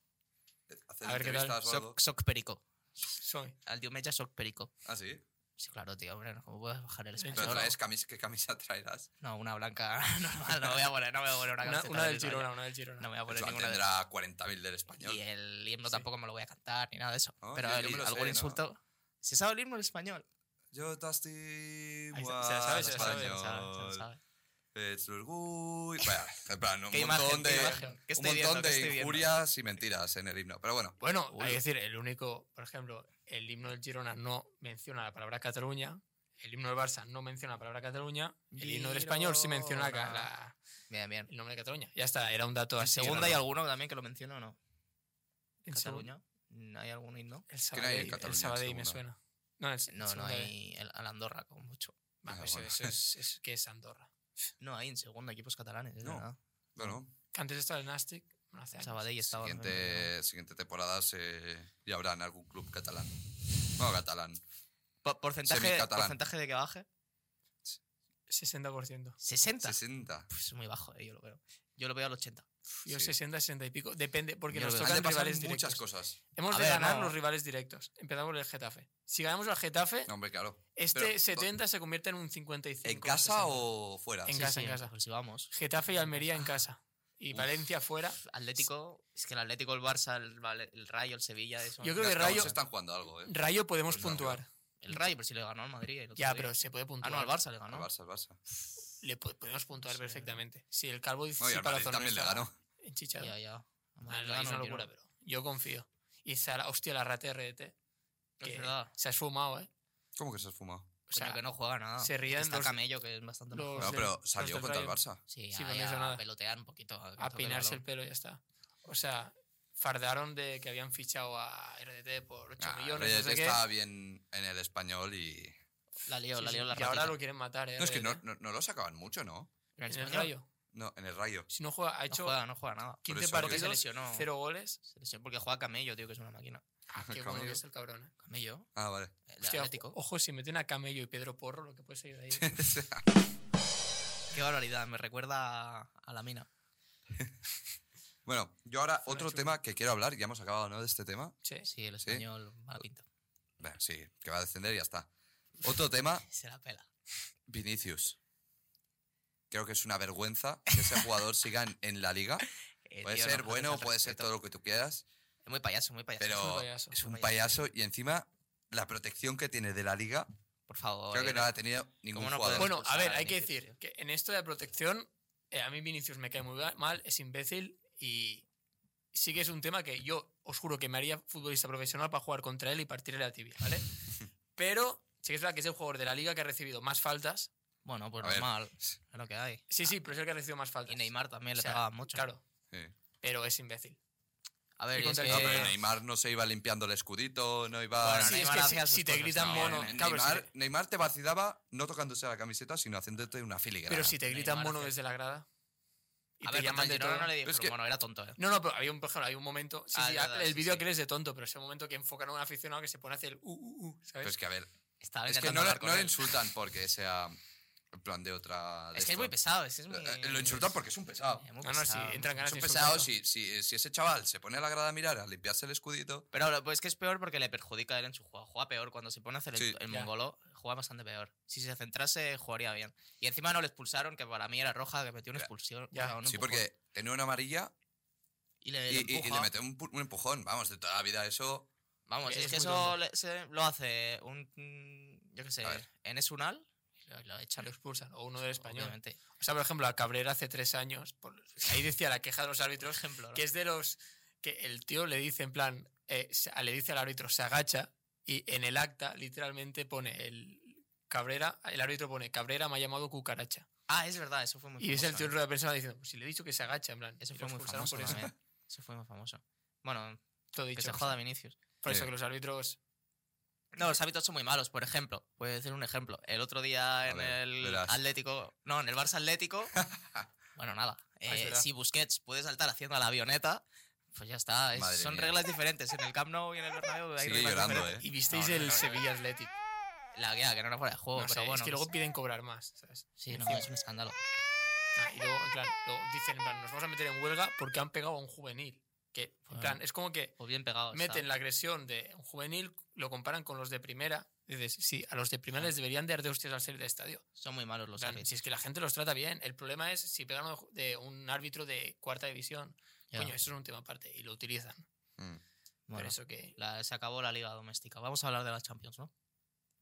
D: hacer
B: A ver qué tal.
D: entrevistas o algo.
C: Soc, soc Perico.
B: Soy.
C: Al Diumeja soc Perico.
D: Ah, sí.
C: Sí, claro, tío, hombre, no, ¿cómo puedes bajar el
B: Pero
C: español?
D: Pero
C: no?
D: traes camis- ¿Qué camisa traerás?
C: No, una blanca normal, no voy a poner, no voy a poner una
B: Una,
C: camiseta
B: una
C: de
B: del
C: Girona.
B: Girona, una del Girona.
C: No me voy a poner
D: Joan
C: ninguna de
D: tendrá 40.000 del español.
C: Y el himno
B: Sí.
C: tampoco me lo voy a cantar ni nada de eso.
D: No,
C: pero
D: yo- yo
C: el-
D: me lo
C: algún
D: sé, ¿no?
C: insulto. ¿Se sabe el himno en español?
D: Yo te estimo
C: Ahí está,
D: al
C: se la sabe, se la sabe, se la sabe, se la
D: español.
C: sabe.
D: Es tu orgullo. Vaya, en plan, un
C: ¿Qué
D: montón
C: imagen? ¿Qué
D: de,
C: imagen? ¿Qué
D: un
C: estoy
D: montón
C: viendo? ¿Qué estoy
D: de
C: viendo?
D: injurias y mentiras en el himno. Pero bueno,
B: Bueno,
C: Uy.
B: hay que decir, el único, por ejemplo, el himno del Girona no menciona la palabra Cataluña, el himno del Barça no menciona la palabra Cataluña, el himno del español sí menciona la ca- la-
C: Bien, bien.
B: el nombre de Cataluña. Ya está, era un dato
C: En
B: así.
C: segunda hay
B: ¿no?
C: alguno también que lo menciono o no.
B: En
C: Cataluña. ¿No ¿Hay algún himno?
B: El
D: no hay en
B: Sabadell, el
D: Cataluña en
B: Sabadell me
D: segunda?
B: suena. No, el-
C: No, no
B: segunda B.
C: hay el, al Andorra, como mucho.
B: Va,
D: Ah,
B: pues
D: bueno.
B: eso es, es que es Andorra.
C: No hay en segundo equipos catalanes, es
D: No.
C: verdad.
D: bueno
C: Mm,
B: Que antes estaba el Nastic, bueno, hace años.
C: Sabadell estaba.
D: pues, siguiente, siguiente temporada se, ya habrá en algún club catalán. No, catalán.
C: Po- porcentaje,
D: Semicatalán.
C: porcentaje de que baje.
B: 60%.
C: 60.
D: 60.
C: Pues es muy bajo, eh, yo lo veo. Yo lo veo al 80.
B: Uf, Yo
D: Sí.
B: 60, 60 y pico. Depende, porque
C: Yo
B: nos
C: lo veo.
D: Han de
B: tocan
D: pasar
B: rivales
D: muchas
B: directos.
D: cosas.
B: Hemos
C: A
B: de
C: ver,
B: ganar
C: no.
B: los rivales directos. Empezamos por el Getafe. Si ganamos al Getafe,
D: No, hombre, claro.
B: este
D: pero-
B: 70 se convierte en un 55.
D: ¿En casa
B: 60.
D: o fuera?
B: En
C: Sí,
B: casa,
C: sí,
B: en casa.
C: pues si vamos.
B: Getafe y Almería en casa. Y
D: Uf. Pues
B: Valencia fuera.
C: Atlético, es que el Atlético, el Barça, el, Vale- el Rayo, el Sevilla. eso-
B: Yo creo que
D: Las Cavs
B: Rayo-
D: están jugando algo, ¿eh?
B: Rayo podemos
D: Pues no,
B: puntuar.
C: El Rayo, pero si le ganó al Madrid. el otro
B: Ya,
C: día.
B: pero se puede
C: Ah,
B: puntuar.
C: no, al Barça le
D: Al
C: ganó.
D: Barça, al Barça.
B: Le po- podemos puntuar
C: Sí.
B: perfectamente. Si el Calvo dice
D: No, y
B: sí
D: al
B: para
D: Madrid
B: Zorno
D: también le
B: está
D: ganó.
B: En Chicharo.
C: Ya, ya. Al
B: Ah,
C: Madrid
B: es
C: le ganó
B: una
C: el
B: locura,
C: Girona.
B: pero yo confío. Y Zara, hostia, la rata RDT.
C: Es
B: Que
C: verdad.
B: se ha esfumado, ¿eh.
D: ¿Cómo que se ha esfumado?
B: O sea,
C: Coño, que no juega nada.
B: se ríen
C: Está
B: los-
C: Camello, que es bastante
B: los-
C: mejor.
D: No,
B: sí,
D: pero
B: los
D: salió
B: del
D: contra el
B: Rayo.
D: Barça.
C: Sí,
B: sí,
C: ahí
B: pues no hizo
C: a
B: nada.
C: pelotear un poquito. que toque
B: a
C: el
B: peinarse el
C: balón.
B: pelo y ya está. O sea, fardaron de que habían fichado a RDT por 8
D: Ah,
B: millones,
D: Reyes
B: no sé qué.
D: está bien en el español y.
C: La lió,
B: Sí,
C: la
B: sí,
C: lió la
B: Y ahora
C: ratita.
B: lo quieren matar, ¿eh?
D: No, es que no,
B: RDT.
D: no, no lo sacaban mucho, ¿no?
C: Mira,
B: En
C: el
B: el
C: español
B: Rayo.
D: No, en el rayo.
B: Si no juega, ha
C: No
B: hecho
C: juega, no juega nada.
D: por
B: 15
D: eso que-
C: Porque se
B: partidos,
C: lesionó.
B: 0 goles.
C: Se lesionó porque juega Camello, tío, que es una máquina.
B: Ah, Qué bueno que es el cabrón, ¿eh?
C: Camello,
D: Ah, vale.
C: el
B: Hostia,
C: Atlético.
B: ojo, si meten a Camello y Pedro Porro, lo que puede salir de ahí.
C: Qué barbaridad, me recuerda a, a la mina.
D: bueno, yo ahora
B: Fue una
D: otro
B: chunga.
D: tema que quiero hablar, ya hemos acabado, ¿no? De este tema.
B: Sí.
C: Sí, el
D: Sí.
C: español, mala pinta.
D: Bueno, sí, que va a descender y ya está. Otro tema,
C: Se la pela.
D: Vinicius. Creo que es una vergüenza que ese jugador siga en, en la liga.
C: Eh,
D: Puede
C: tío,
D: ser
C: no faltes
D: bueno,
C: al
D: puede ser
C: respeto.
D: todo lo que tú quieras,
C: Es muy payaso, muy payaso.
D: pero
B: un payaso.
D: es un
C: Un payaso.
D: payaso y encima la protección que tiene de la liga
C: Por favor.
D: creo que
C: eh,
D: no la ha tenido ningún
C: no
D: jugador.
C: podemos-
B: Bueno, a
C: expulsar
B: ver,
C: a
B: hay que
C: Vinicius,
B: decir que en esto de la protección, eh, a mí Vinicius me cae muy ga- mal, es imbécil y sí que es un tema que yo os juro que me haría futbolista profesional para jugar contra él y partirle la tibia, ¿vale? Pero sí que es verdad que es el jugador de la liga que ha recibido más faltas.
C: Bueno, pues
D: A ver.
C: normal. Es lo que hay.
B: Sí, sí, pero es el que ha recibido más faltas.
C: Y Neymar también
B: O
C: le
B: sea,
C: pegaban mucho.
B: Claro,
D: Sí.
B: pero es imbécil.
C: A
B: Y
C: ver, y es
B: contra el
C: que-
D: No,
B: Eh,
D: pero Neymar no se iba limpiando el escudito, no iba.
C: Bueno,
B: Sí, es
C: Neymar
B: que
C: hacía
B: si-
C: sus
B: si te
C: cosas,
B: gritan
C: no,
B: mono,
D: Ne-
B: claro, si
D: Neymar,
B: te-
D: Neymar te vacilaba no tocándose la camiseta, sino haciéndote una filigrana.
B: pero si te gritan
C: Neymar
B: mono
C: hace-
B: desde la grada y
C: A
B: te
C: ver,
B: llaman de todo.
C: no le di,
D: Pero es
C: pero
D: que-
C: bueno, era tonto, eh.
B: No, no, pero había un, por ejemplo, hay un momento. Sí,
C: Ah,
B: sí,
C: ya, ya,
B: el
C: sí,
B: vídeo
C: sí.
B: aquel es de tonto, pero es el momento que enfocan a un
C: Pues,
B: aficionado que se pone a hacer el uh, uh, uh, ¿sabes?
D: Pero es que, a ver,
C: Estaba
D: es que
C: intentando
D: no, le-
C: hablar con
D: no le
C: él.
D: insultan porque sea En plan de otra. de
C: Es que es muy
D: esto.
C: pesado. Es, que es muy,
D: Eh, eh, Lo insultan porque es un pesado.
C: es
B: No,
C: muy
B: no, sí,
C: pesado.
B: entran ganas
D: Es un
B: de
D: pesado.
B: insultarlo.
D: Si, si, si ese chaval se pone a la grada a mirar, a limpiarse el escudito.
C: Pero ahora, pues es que es peor porque le perjudica a él en su juego. Juega peor. Cuando se pone a hacer el,
D: Sí.
C: el
B: Ya.
C: mongolo, juega bastante peor. Si se centrase, jugaría bien. Y encima no le expulsaron, que para mí era roja, que metió una
D: Ya.
C: expulsión.
B: Ya.
C: o sea, un
D: sí,
C: empujón.
D: porque tenía una amarilla
C: Y le,
D: y,
C: le
D: y- y
C: empuja.
D: le mete un, pu- un empujón. Vamos, de toda la vida eso.
C: Vamos,
B: Es
C: es, que
B: muy
C: eso
B: tonto.
C: le- se- lo hace un. mm, Yo qué sé,
D: A ver.
C: en Esunal. y Lo, lo echan.
B: Lo expulsan, o uno del español.
C: Obviamente.
B: O sea, por ejemplo, a Cabrera hace tres años, por- ahí decía la queja de los
C: Por
B: árbitros,
C: ejemplo. ¿no?
B: que es de los que el tío le dice en plan, eh, se- le dice al árbitro, se agacha y en el acta literalmente pone el Cabrera, el árbitro pone Cabrera me ha llamado cucaracha.
C: Ah, es verdad, eso fue muy
B: Y es el
C: famoso,
B: tío en
C: ¿eh?
B: rueda de prensa diciendo, "Pues si le he dicho que se agacha, en plan,
C: Eso
B: y
C: fue
B: lo
C: muy
B: expulsaron
C: famoso.
B: por eso.
C: también. Eso fue muy famoso. Bueno,
B: Todo
C: que
B: dicho.
C: se joda Vinicius.
B: Por eso
D: Sí.
B: que los árbitros
C: No, los hábitos son muy malos, por ejemplo. Voy a decir un ejemplo. El otro día
D: A
C: en
D: ver,
C: el
D: verás.
C: Atlético. No, en el Barça Atlético. bueno, nada.
B: Ah, es
C: Eh,
B: verdad.
C: si Busquets puede saltar haciendo la avioneta, pues ya está. es-
D: Madre
C: son
D: mía.
C: reglas diferentes. En el Camp Nou y en el Bernabéu hay
D: Sigue
C: reglas
D: llorando,
C: diferentes.
D: ¿eh?
B: y visteis
C: No, no,
B: el
C: no, no.
B: Sevilla Athletic.
C: La guía, que no era fuera de juego,
B: eh. No sé,
C: pero bueno. pues,
B: es que luego piden cobrar más, ¿sabes?
C: Sí, no,
B: encima.
C: es un escándalo.
B: Ah, y luego, en plan, luego dicen, en plan, nos vamos a meter en huelga porque han pegado a un juvenil. Que, en
C: Ah.
B: plan, es como que
C: O bien pegado. está.
B: meten la agresión de un juvenil, lo comparan con los de primera. y Dices, sí, a los de primera les deberían de dar de hostias al salir del estadio.
C: Son muy malos los
B: En plan,
C: árbitros.
B: si es que la gente los trata bien. El problema es si pegan a un ju- de un árbitro de cuarta división.
C: Ya,
B: Coño, eso es un tema aparte y lo utilizan.
D: Mm,
C: bueno.
B: Pero eso que
C: La- se acabó la liga doméstica. Vamos a hablar de la Champions, ¿no?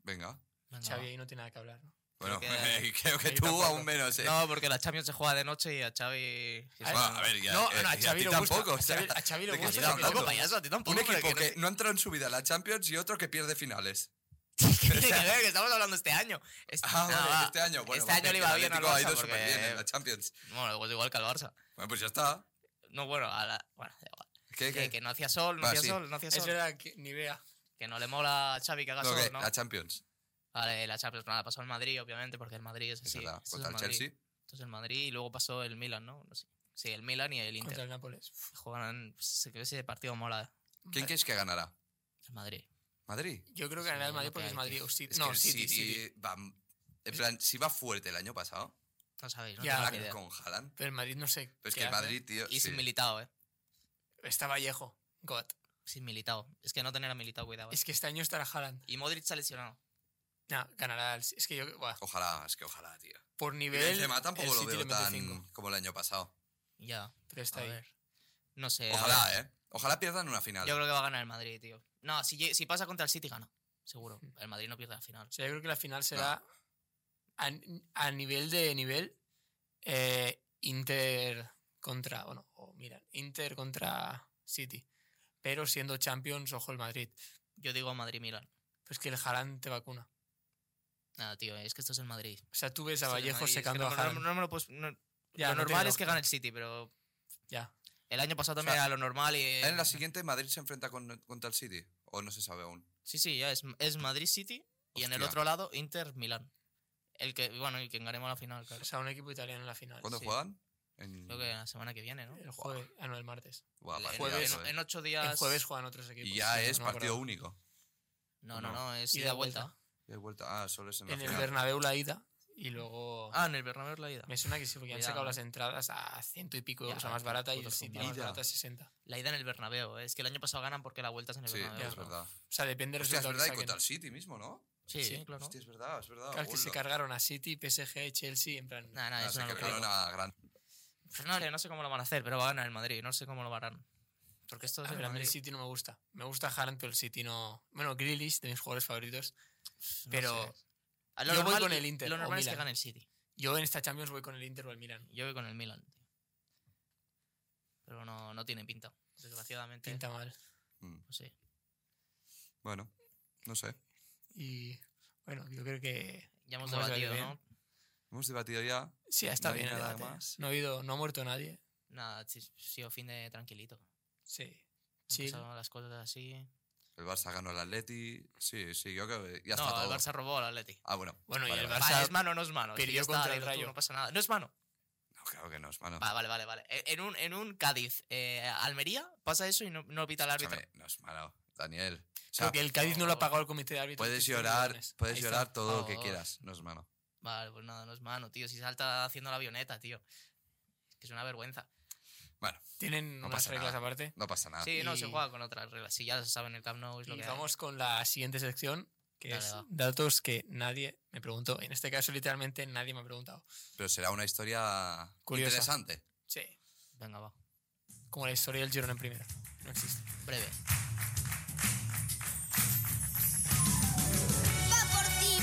D: venga.
C: Venga,
B: Xavi
C: va.
B: ahí no tiene nada que hablar. ¿no?
D: Bueno,
C: Creo que-
D: creo que
B: Ahí
D: tú
B: tampoco.
D: aún menos, ¿eh?
C: No, porque la Champions se juega de noche y a Xavi.
B: A ver,
D: Bueno, a ver, ya.
B: no,
D: eh,
B: no, a
D: y
B: Xavi
D: ti
B: lo gusta,
D: tampoco.
B: a
D: o sea,
B: Xavi- a Xavi le
D: de que a ti
B: gusta,
D: tampoco,
B: pero-
D: payaso,
C: a ti tampoco.
D: Un equipo que
C: no-
D: no ha entrado en su vida a la Champions y otro que pierde finales.
C: tiene que ver, que estamos hablando este año. Este,
D: Ah,
C: nada,
D: vale,
C: va.
D: este año. Bueno,
C: Este año
D: vale,
C: le
D: que
C: iba
D: el
C: bien al
D: Atlético ha
C: Barça
D: ido súper bien
C: porque-
D: en la Champions.
C: Bueno, pues igual que al Barça.
D: Bueno, pues ya está.
C: No, bueno, a la, bueno da igual. Que,
D: ¿Qué, qué?
C: que no hacía sol, no
D: Va,
C: hacía
D: sí.
C: sol, no hacía
B: Eso
C: sol.
B: era que- ni idea.
C: Que no le mola a Xavi que haga
D: No,
C: sol,
D: ¿qué?
C: ¿no?
D: La Champions.
C: Vale, la Champions, nada, pasó el Madrid, obviamente, porque el Madrid es
D: Es
C: así.
D: verdad.
C: esto es
D: Contra el
C: Madrid,
D: Chelsea.
C: esto es el Madrid y luego pasó el Milan, ¿no? No sé. Sí, el Milan y el
B: Contra
C: Inter.
B: el Nápoles.
C: Juegan, se quedó ese partido mola
D: ¿Quién crees que ganará?
C: el Madrid.
D: ¿Madrid?
B: Yo creo que
C: Sí,
B: ganará el
C: no
B: Madrid
C: te
B: porque es
C: hay
B: Madrid.
C: que-
B: o City-
D: Es que
B: No,
D: el
B: City, City.
D: va- En plan, si va fuerte el año pasado,
C: No sabéis, no
B: Ya.
C: tengo
D: Haaland
C: ni idea.
D: con Haaland.
B: Pero el Madrid no sé.
D: Pero es
B: qué
D: que el
B: hace.
D: Madrid, tío.
C: Y
D: sí.
C: sin militado, eh.
B: Está Vallejo. God.
C: Sin militado. Es que no tener a militado, cuidado. eh.
B: Es que este año estará Haaland.
C: Y Modric se ha lesionado.
B: Nah, ganará el... Es que yo... buah,
D: Ojalá, es que ojalá, tío.
B: por
D: Y
B: nivel...
D: Benzema tampoco
B: el
D: lo
B: City
D: veo
B: le mete
D: tan
B: cinco,
D: como el año pasado.
C: Ya.
B: pero está
C: a
B: ahí.
C: ver. No sé. a ver.
D: Ojalá, ¿eh? Ojalá pierdan una final.
C: Yo creo que va a ganar el Madrid, tío. No, si, lle- si pasa contra el City, gana. Seguro. El Madrid no pierde la final.
B: O sea, yo creo que la final será... A, a nivel de nivel... eh, Inter contra... Bueno, o mira, Inter contra City. Pero siendo Champions, ojo el Madrid.
C: Yo digo Madrid-Milan.
B: Pero es que el Haaland te vacuna.
C: Nada, tío, es que esto es el Madrid.
B: O sea, tú ves a
C: Esto es el
B: Vallejo
C: Madrid, es que
B: secando
C: no-
B: a Haaland.
C: no- no me lo puedes- no-
B: Ya,
C: Lo
B: no tiene
C: normal es que
B: lógica.
C: gane el City, pero
B: Ya.
C: el año pasado también
D: O sea,
C: era lo normal y.
D: En la siguiente, Madrid se enfrenta con, contra el City. O no se sabe aún.
C: Sí, sí, ya es, es Madrid-City y en el
D: Hostia.
C: otro lado Inter-Milan. El que, bueno, y quien ganemos la final, claro.
B: O sea, un equipo italiano en la final.
D: ¿Cuándo
C: sí.
D: juegan? En...
C: Creo que la semana que viene, ¿no?
B: El jueves. Ah, no, el martes.
D: Buah,
C: El-
D: partidazo,
B: jueves,
D: ¿eh?
C: en, en ocho días.
B: El jueves juegan otros equipos.
D: Y ya
B: sí,
D: es
B: no me
D: partido
B: acuerdo.
D: único.
C: No, no,
D: No.
C: no, es
B: Ida,
C: ida
B: vuelta.
C: vuelta.
D: De vuelta. Ah, solo es en la
B: En el
D: final.
B: Bernabéu la ida y luego...
C: Ah, en el Bernabéu es la ida.
B: Me suena que sí, porque han
C: Cuidado,
B: sacado
C: ¿no?
B: las entradas a ciento y pico
C: Ya,
B: euros, la más barata, y el
C: putos
B: sitio
C: zumbados.
B: más
D: Ida.
B: barata 60.
C: La ida en el Bernabéu. eh. Es que el año pasado ganan porque la vuelta es en el
D: Sí,
C: Bernabéu.
D: es
C: ¿no?
D: verdad.
B: O sea, depende del
D: Hostia, es
B: resultado que
D: verdad, y
B: saquen.
D: contra el City mismo, ¿no?
C: Sí,
B: Sí.
C: claro.
D: Hostia, es verdad, es verdad.
B: Claro, es que se
D: hola.
B: cargaron a City, PSG, Chelsea, en plan...
C: Nada, nada,
D: Ah,
C: es
D: se
C: una
D: cargaron
C: locura.
D: a gran-
C: Pues no, no sé cómo lo van a hacer, pero va a ganar el Madrid. No sé cómo lo harán. Porque esto es
B: A
C: el
B: ver, a mí
C: Madrid.
B: el City no me gusta. Me gusta Haaland, pero el City no... Bueno, Grealish, de mis jugadores favoritos.
C: No
B: pero-
C: sé. Ah, lo
B: Yo voy
C: normal-
B: con el Inter
C: Lo
B: o
C: normal es que
B: Milan.
C: gane el City.
B: Yo en esta Champions voy con el Inter o el Milan.
C: Yo voy con el Milan. tío. Pero no, no tiene pinta. Desgraciadamente.
B: Pinta mal.
D: Mm,
C: No sé.
D: Bueno, no sé.
B: Y bueno, yo creo que...
C: Ya hemos
B: Vamos a ver
C: debatido,
B: bien.
C: ¿no?
D: Hemos debatido ya.
B: Sí, está
D: No hay
B: bien el
D: nada
B: debate. ¿eh?
D: más.
B: No ha, habido, no ha muerto nadie.
C: Nada, sí, sí, o fin de tranquilito.
B: Sí. Chill.
C: Empezaron las cosas así.
D: El Barça ganó al Atleti. Sí, sí, yo creo que ya
C: no,
D: está todo.
C: el Barça robó al Atleti.
D: Ah, bueno.
B: Bueno, y
D: vale,
B: el
D: vale.
B: Barça
C: Vale, es mano o no es mano. Es que
B: perdió
C: ya está,
B: contra el
C: dilo tú,
B: Rayo.
C: No pasa nada. No es mano.
D: No, claro que no es mano.
C: Vale, vale, vale. vale. Eh, En un, en un Cádiz, eh, Almería, pasa eso y no, no pita el árbitro.
D: Escúchame, no es malo, Daniel. O sea,
B: Creo que el Cádiz no,
C: no,
B: lo ha pagado el comité de árbitros. que
D: Ah, puedes
B: es que no
D: llorar,
B: ganes.
D: puedes
B: Ahí está.
D: llorar todo lo que
C: Oh.
D: quieras. No es mano.
C: Vale, pues nada, no es mano, tío. Si salta haciendo la avioneta, tío. Es que es una vergüenza.
D: Bueno,
B: Tienen
D: No
B: unas
D: pasa
B: reglas
D: nada.
B: aparte.
D: no pasa nada.
C: Sí, no,
B: Y-
C: se juega con otras reglas. Si ya se sabe en el Camp Nou es lo
B: Y
C: que hay.
B: vamos con la siguiente sección, que
C: Dale,
B: es
C: va.
B: datos que nadie me preguntó. En este caso, literalmente, nadie me ha preguntado.
D: Pero será una historia
B: Curiosa.
D: interesante.
B: Sí.
C: Venga, va.
B: Como la historia del Girona en primera. No existe.
C: Breve.
E: ¡Va por ti,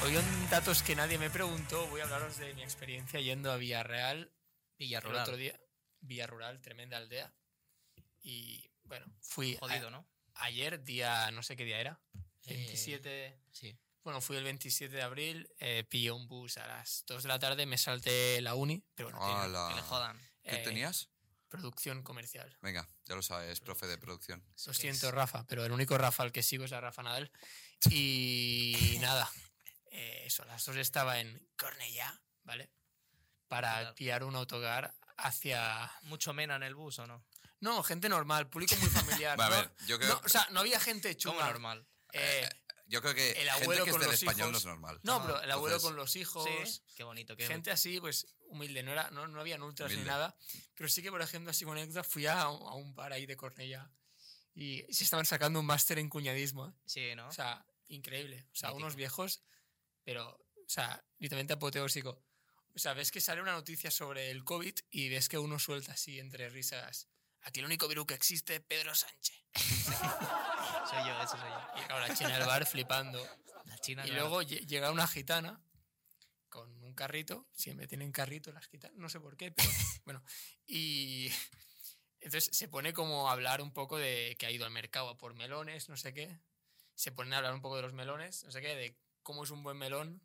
E: Pepe!
B: Hoy en datos que nadie me preguntó, voy a hablaros de mi experiencia yendo a Villarreal el
C: Villarreal.
B: otro día. Villarrural, tremenda aldea. Y bueno, fui a-
C: Jodido, ¿no?
B: ayer, día, no sé qué día era.
C: Eh,
B: 27.
C: Sí.
B: Bueno, fui el 27 de abril, eh, pillé un bus a las 2 de la tarde, me salté la uni, pero bueno, tiene-
D: Hola.
C: Que le jodan.
D: ¿Qué
B: eh,
D: tenías?
B: Producción comercial.
D: Venga, ya lo sabes, profe de producción.
B: Lo
C: Es-
B: siento, Rafa, pero el único Rafa al que sigo es a Rafa Nadal. Y nada, eh, eso, a las dos estaba en Cornellá, ¿vale? Para
C: Claro.
B: pillar un autocar hacia...
C: ¿Mucho mena en el bus o no?
B: No, gente normal, público muy familiar.
D: Va, a
B: ¿no?
D: ver, yo creo,
B: No, o sea, no había gente
C: Como
B: chunga.
C: normal.
B: Eh,
D: yo creo que
B: el
D: gente
B: abuelo
D: que es
B: con
D: del
B: los
D: español no
B: hijos-
D: es normal.
B: no,
C: Ah,
B: pero el abuelo
D: entonces,
B: con los hijos,
C: Sí. Qué bonito, qué
B: gente así, pues humilde, no, era, no, no habían ultras ni
D: Humilde.
B: nada. Pero sí que, por ejemplo, así con anécdota, fui a, un- a un bar ahí de Cornella y se estaban sacando un máster en cuñadismo. ¿eh?
C: bonito. Sí, ¿no?
B: O sea, increíble. O sea,
C: Ah. Mítico.
B: unos viejos, pero, o sea, literalmente apoteósico. O sea, ves que sale una noticia sobre el COVID y ves que uno suelta así entre risas. Aquí el único virus que existe es Pedro Sánchez.
C: soy yo, eso soy
B: Y
C: yo.
B: claro, la china del bar flipando.
C: La China.
B: Y
C: claro.
B: luego lle- llega una gitana con un carrito, siempre tienen carrito las gitanas, no sé por qué, pero bueno. Y entonces se pone como a hablar un poco de que ha ido al mercado a por melones, no sé qué. Se ponen a hablar un poco de los melones, no sé qué, de cómo es un buen melón,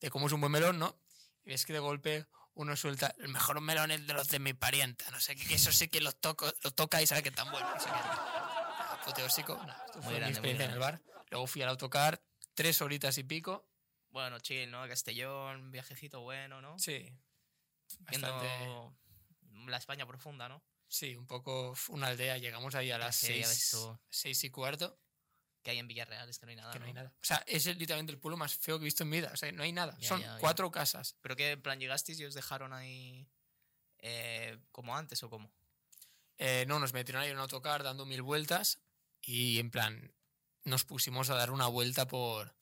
B: de cómo es un buen melón, ¿no? Y ves que de golpe uno suelta, el mejor melón es de los de mi parienta, no sé qué, que eso sí que los, toco, los toca y sabe que están buenos, no sé qué. Apoteósico, nada, esto
C: Muy
B: fue mi
C: grande, muy
B: experiencia en el bar. Luego fui al autocar, tres horitas y pico.
C: Bueno, chill, ¿no? Castellón, viajecito bueno, ¿no?
B: Sí.
C: Viendo
B: Bastante.
C: la España profunda, ¿no?
B: Sí, un poco f- una aldea. Llegamos ahí a las
C: Sí, ya ves
B: seis,
C: tú.
B: seis y cuarto,
C: Que hay en Villarreal, es que no hay nada.
B: que no hay
C: ¿no?
B: nada. O sea, es el- literalmente el pueblo más feo que he visto en mi vida. O sea, no hay nada.
C: Ya,
B: Son
C: ya, ya.
B: cuatro casas.
C: Pero que en plan llegasteis y os dejaron ahí eh, como antes o como.
B: Eh, no, nos metieron ahí en un autocar dando mil vueltas y en plan nos pusimos a dar una vuelta por,